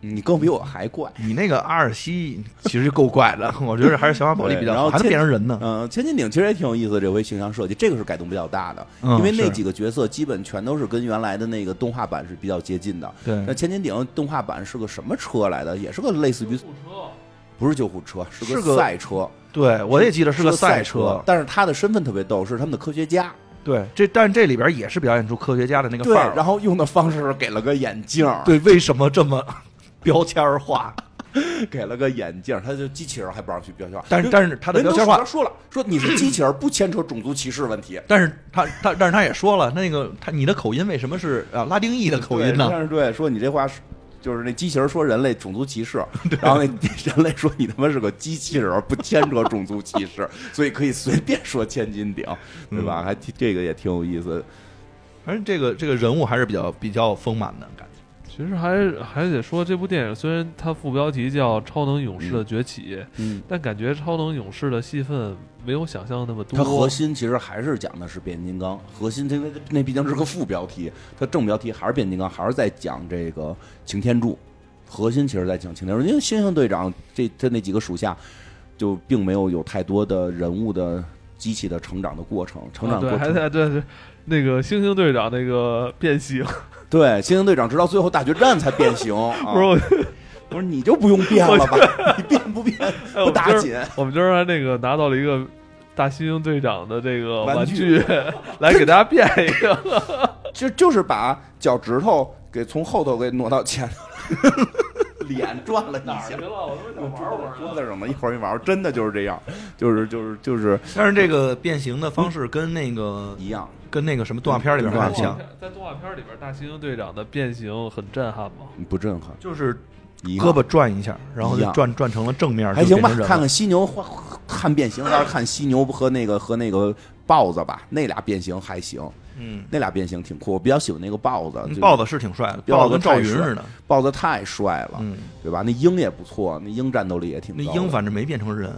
你更比我还怪。你那个阿尔西其实够怪的，我觉得还是小马宝莉比较对然好，后还能千变成人呢。嗯、千斤顶其实也挺有意思的，这回形象设计这个是改动比较大的，嗯因为那是几个角色基本全都是跟原来的那个动画版是比较接近的。那对，千斤顶动画版是个什么车来的？也是个类似于救护车不是救护车，是是个赛车。对我也记得是个赛赛车。但是他的身份特别逗，是他们的科学家。对，这但是这里边也是表现出科学家的那个对，范儿了。啊然后用的方式是给了个眼镜儿， 对，为什么这么 标签儿化？给了个眼镜儿，他就机器人还不让去标签儿，但是但是他的标签儿化人都说了，说你是机器人，不牵扯种族歧视问题。但是他他但是他也说了，那个他你的口音为什么是啊拉丁裔的 口音对呢？但是对，说你这话是。就是那机器人说人类种族歧 视，然后那人类说你他妈是个机器人，不牵扯种族歧视，所以可以随便说千斤顶，对嗯吧？还挺这个也挺有意思的。反正这个这个人物还是比较比较丰满的感觉。其实还还得说，这部电影虽然它副标题叫《超能勇士的崛起》，嗯，但感觉超能勇士的戏份没有想象那么多。啊它核心其实还是讲的是变形金刚，核心因为那毕竟是个副标题，它正标题还是变形金刚，还是在讲这个擎天柱。核心其实在讲擎天柱，因为猩猩队啊长这他那几个属下就并没有有太多的人物的机器的成长的过程，成啊长过对， 还程。在这是那个猩猩队长那个变形，啊对，猩猩队长直到最后大决战才变形。啊、不是我不是你就不用变了吧？你变不变哎不我们打今儿紧。我们今儿还那个拿到了一个大猩猩队长的这个玩玩具具， 来给大家变一个。 就就是把脚趾头给从后头给挪到前头， 脸转了一下。了？我都我桌子桌子上呢，一会儿一玩儿，真的就是这样，就是就是就是但是这个变形的方式跟那个一样。跟那个什么动画片里边动画很片像，在动画片里边，大猩猩队长的变形很震撼吗？不震撼，就是一样胳膊转一下，然后一就样转转成了正面，还行吧就变成人？了看看犀牛换看变形，还是看犀牛和那个和那个豹子吧，那俩变形还行。嗯，那俩变形挺酷，我比较喜欢那个豹子，就豹子是挺帅的，豹豹子子跟赵太云帅似的，豹子太帅了，嗯，对吧？那鹰也不错，那鹰战斗力也挺那高的。鹰反正没变成人，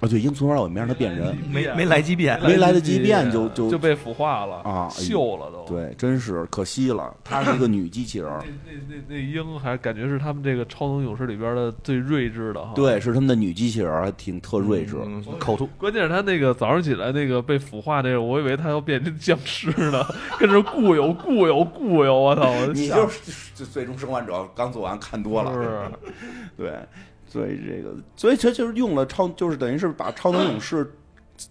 啊，对，鹰从头到尾没让它变人，没没来几遍，没来得及变就就就被腐化了啊哎呦锈了都。对，真是可惜了，它是一个女机器人 那儿，那那那鹰还感觉是他们这个超能勇士里边的最锐智的哈。对，，是他们的女机器人儿，还挺特睿智。嗯口吐关键是他那个早上起来那个被腐化那个，我以为他要变成僵尸呢，跟这固有固有固有，我操！我你吓就是就最终生还者刚做完看多了，是对，所以这个，所以这就是用了超，就是等于是把超能勇士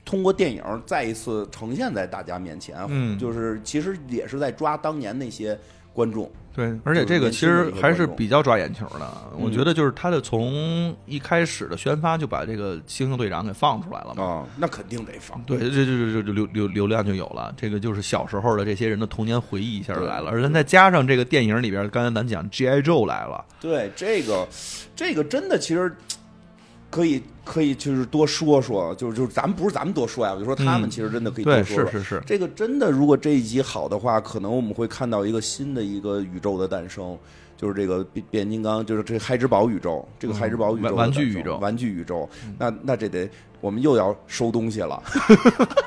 通过电影再一次呈现在大家面前，嗯就是其实也是在抓当年那些观众，对，而且这个其实还是比较抓眼球的。啊嗯我觉得就是他的从一开始的宣发就把这个猩猩队长给放出来了嘛。啊、那肯定得放。对，这这这这流流流量就有了，这个就是小时候的这些人的童年回忆一下就来了，而且再加上这个电影里边，刚才咱讲 G I Joe 来了，对，这个，这个真的其实可以可以就是多说说，就是就是咱们不是咱们多说呀，我就说他们嗯其实真的可以多对，说说。是是是，这个真的，如果这一集好的话，可能我们会看到一个新的一个宇宙的诞生，就是这个变变形金刚，就是这个孩之宝宇宙，这个孩之宝宇宙的诞生、嗯玩玩具宇宙嗯玩具宇宙。那那这得我们又要收东西 了。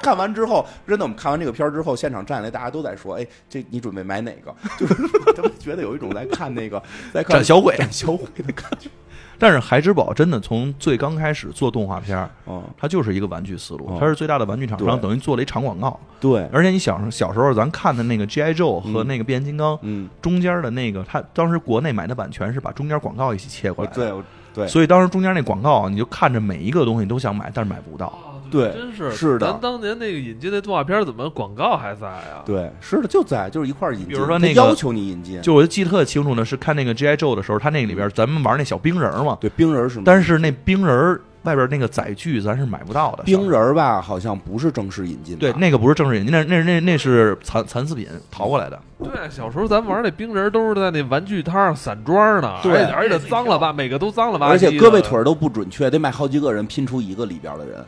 看完之后，真的，我们看完这个片儿之后，现场站来大家都在说：“哎，这你准备买哪个？” 就是他们觉得有一种在看那 个在看展小鬼展小鬼的 感觉。但是孩之宝真的从最刚开始做动画片儿，哦，它就是一个玩具思哦路，它是最大的玩具厂商，对等于做了一场广告。对，而且你小时候小时候咱看的那个 G I Joe 和那个变形金刚嗯，中间的那个，它当时国内买的版权是把中间广告一起切过我来的，哦对我对所以当时中间那广告你就看着每一个东西都想买，但是买不到。啊对真是是的咱当年那个引进那动画片怎么广告还在啊？对，是的，就在就是一块儿引进，比如他说那个要求你引进，就我就记得特清楚的是看那个 G I Joe 的时候，它那个里边咱们玩那小冰人儿嘛，对冰人是吗？但是那冰人儿外边那个载具咱是买不到的。冰人儿吧，好像不是正式引进对的。，那个不是正式引进，那那那那是残残次品淘过来的。对，小时候咱玩那冰人都是在那玩具摊上散装呢，对而且而且脏了吧，每个都脏了吧，而且唧的胳膊腿儿都不准确，得买好几个人拼出一个里边的人。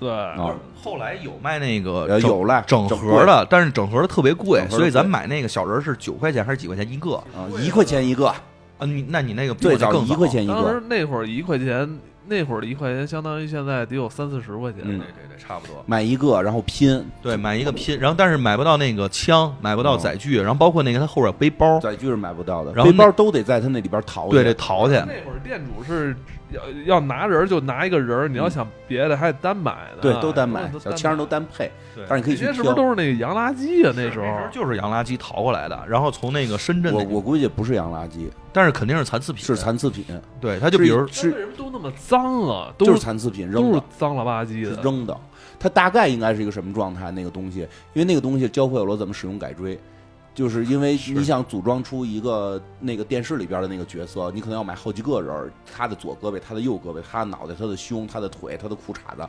对，啊后来有卖那个呃整有了整整盒的，但是整盒的特别贵整，盒的所以咱贵买那个小人儿是九块钱还是几块钱一个？啊，一块钱一个，啊，你那你那个比我最那早更一块钱一当时个。那会儿一块钱，那会儿的一块钱相当于现在得有三四十块钱。嗯对对对，差不多。买一个，然后拼对，买一个拼，然后但是买不到那个枪，买不到嗯载具，然后包括那个它后边背包，载具是买不到的，然后背那包都得在他那里边淘去。对对，淘去。那会儿店主是要要拿人儿就拿一个人儿，你要想别的还得单买呢。对都单买，啊都小枪都。单配，对但是你可那以去些是不挑是。都是那个洋垃圾啊？那时时候候就是洋垃圾淘过来的，然后从那个深圳那我地，我估计不是洋垃圾，但是肯定是残次品，是。残次品。对，它就比如那为是什么都那么脏啊？都就是残次品扔都是的，脏了吧唧是的。扔的。它大概应该是一个什么状态？那个东西，因为那个东西教会了我怎么使用改锥。就是因为你想组装出一个那个电视里边的那个角色，你可能要买好几个人儿，他的左胳膊、他的右胳膊、他的脑袋、他的胸、他的腿、他的裤衩子，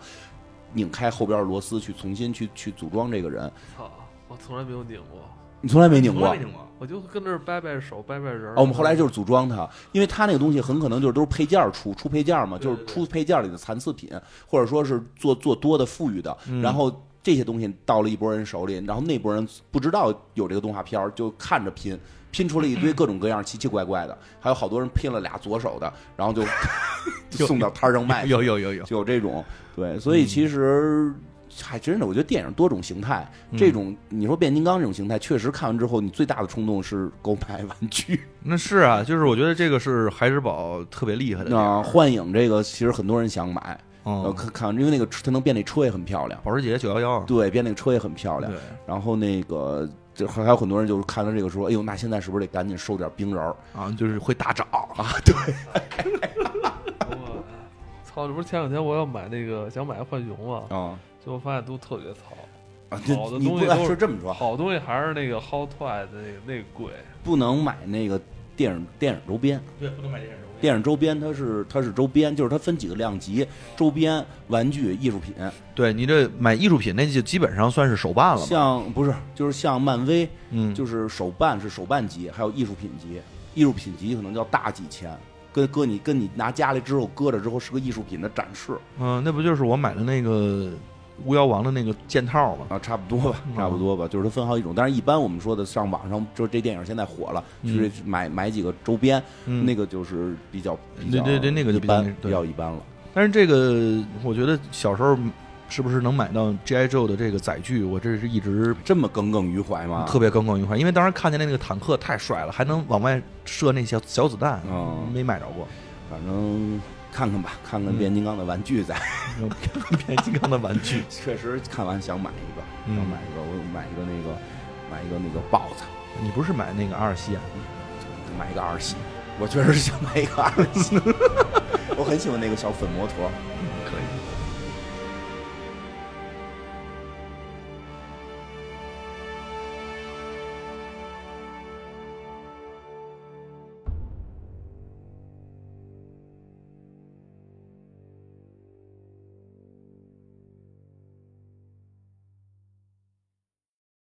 拧开后边的螺丝去重新去去组装这个人。操，我从来没有拧过，你从来没拧从来过没，拧过，我就跟那儿掰掰手，掰掰人儿。哦，我们后来就是组装它，因为它那个东西很可能就是都是配件儿出，出配件儿嘛，就是出配件儿里的残次品，或者说是做做多的富裕的，嗯然后这些东西到了一拨人手里，然后那拨人不知道有这个动画片儿，就看着拼。拼出了一堆各种各样奇奇怪怪的，还有好多人拼了俩左手的，然 后就就送到摊儿上卖去，有有有有，嗯就有这种对，所以其实还真的，我觉得电影多种形态，嗯这种你说变形金刚这种形态，确实看完之后，你最大的冲动是购买玩具。那是啊，就是我觉得这个是孩之宝特别厉害的地方。啊，幻影这个其实很多人想买，呃，嗯，看看，因为那个车它能变那车也很漂亮，保时捷九幺幺，对，变那个车也很漂亮。哦对然后那个这还有很多人就是看了这个说，哎呦，那现在是不是得赶紧收点冰人儿？啊，就是会大涨啊，我哎操！这不是前两天我要买那个想买浣熊嘛，哦啊结果发现都特别糙。啊，这好的你东不西哎都是是这么说，好东西还是那个 How Toy 的那个那个贵，不能买那个电影电影周边，对，不能买这种。电影周边它是它是周边，就是它分几个量级，周边、玩具、艺术品，对你这买艺术品，那就基本上算是手办了嘛。像不是就是像漫威，嗯，就是手办是手办级，还有艺术品级，艺术品级可能叫大几千，跟搁你跟你拿家里之后搁着之后是个艺术品的展示，嗯、那不就是我买的那个巫妖王的那个剑套嘛。啊，差不多嗯吧，差不多吧，就是它分好几种。但是一般我们说的上网上，就是这电影现在火了，就是买买几个周边，嗯那个就是比较比较对对对那个就一比较般对比较一般了。但是这个，我觉得小时候是不是能买到 G.I. Joe 的这个载具，我这是一直这么耿耿于怀吗？特别耿耿于怀，因为当时看见那个坦克太帅了，还能往外射那小小子弹，嗯没买着过。反正看看吧，看嗯看变形金刚的玩具在。 变形金刚的玩具，确实看完想买一个，嗯想买一个，我买一个那个，买一个那个豹子，你不是买那个阿尔西啊？买一 个二喜。我确实想买一个二喜，我很喜欢那个小粉摩托，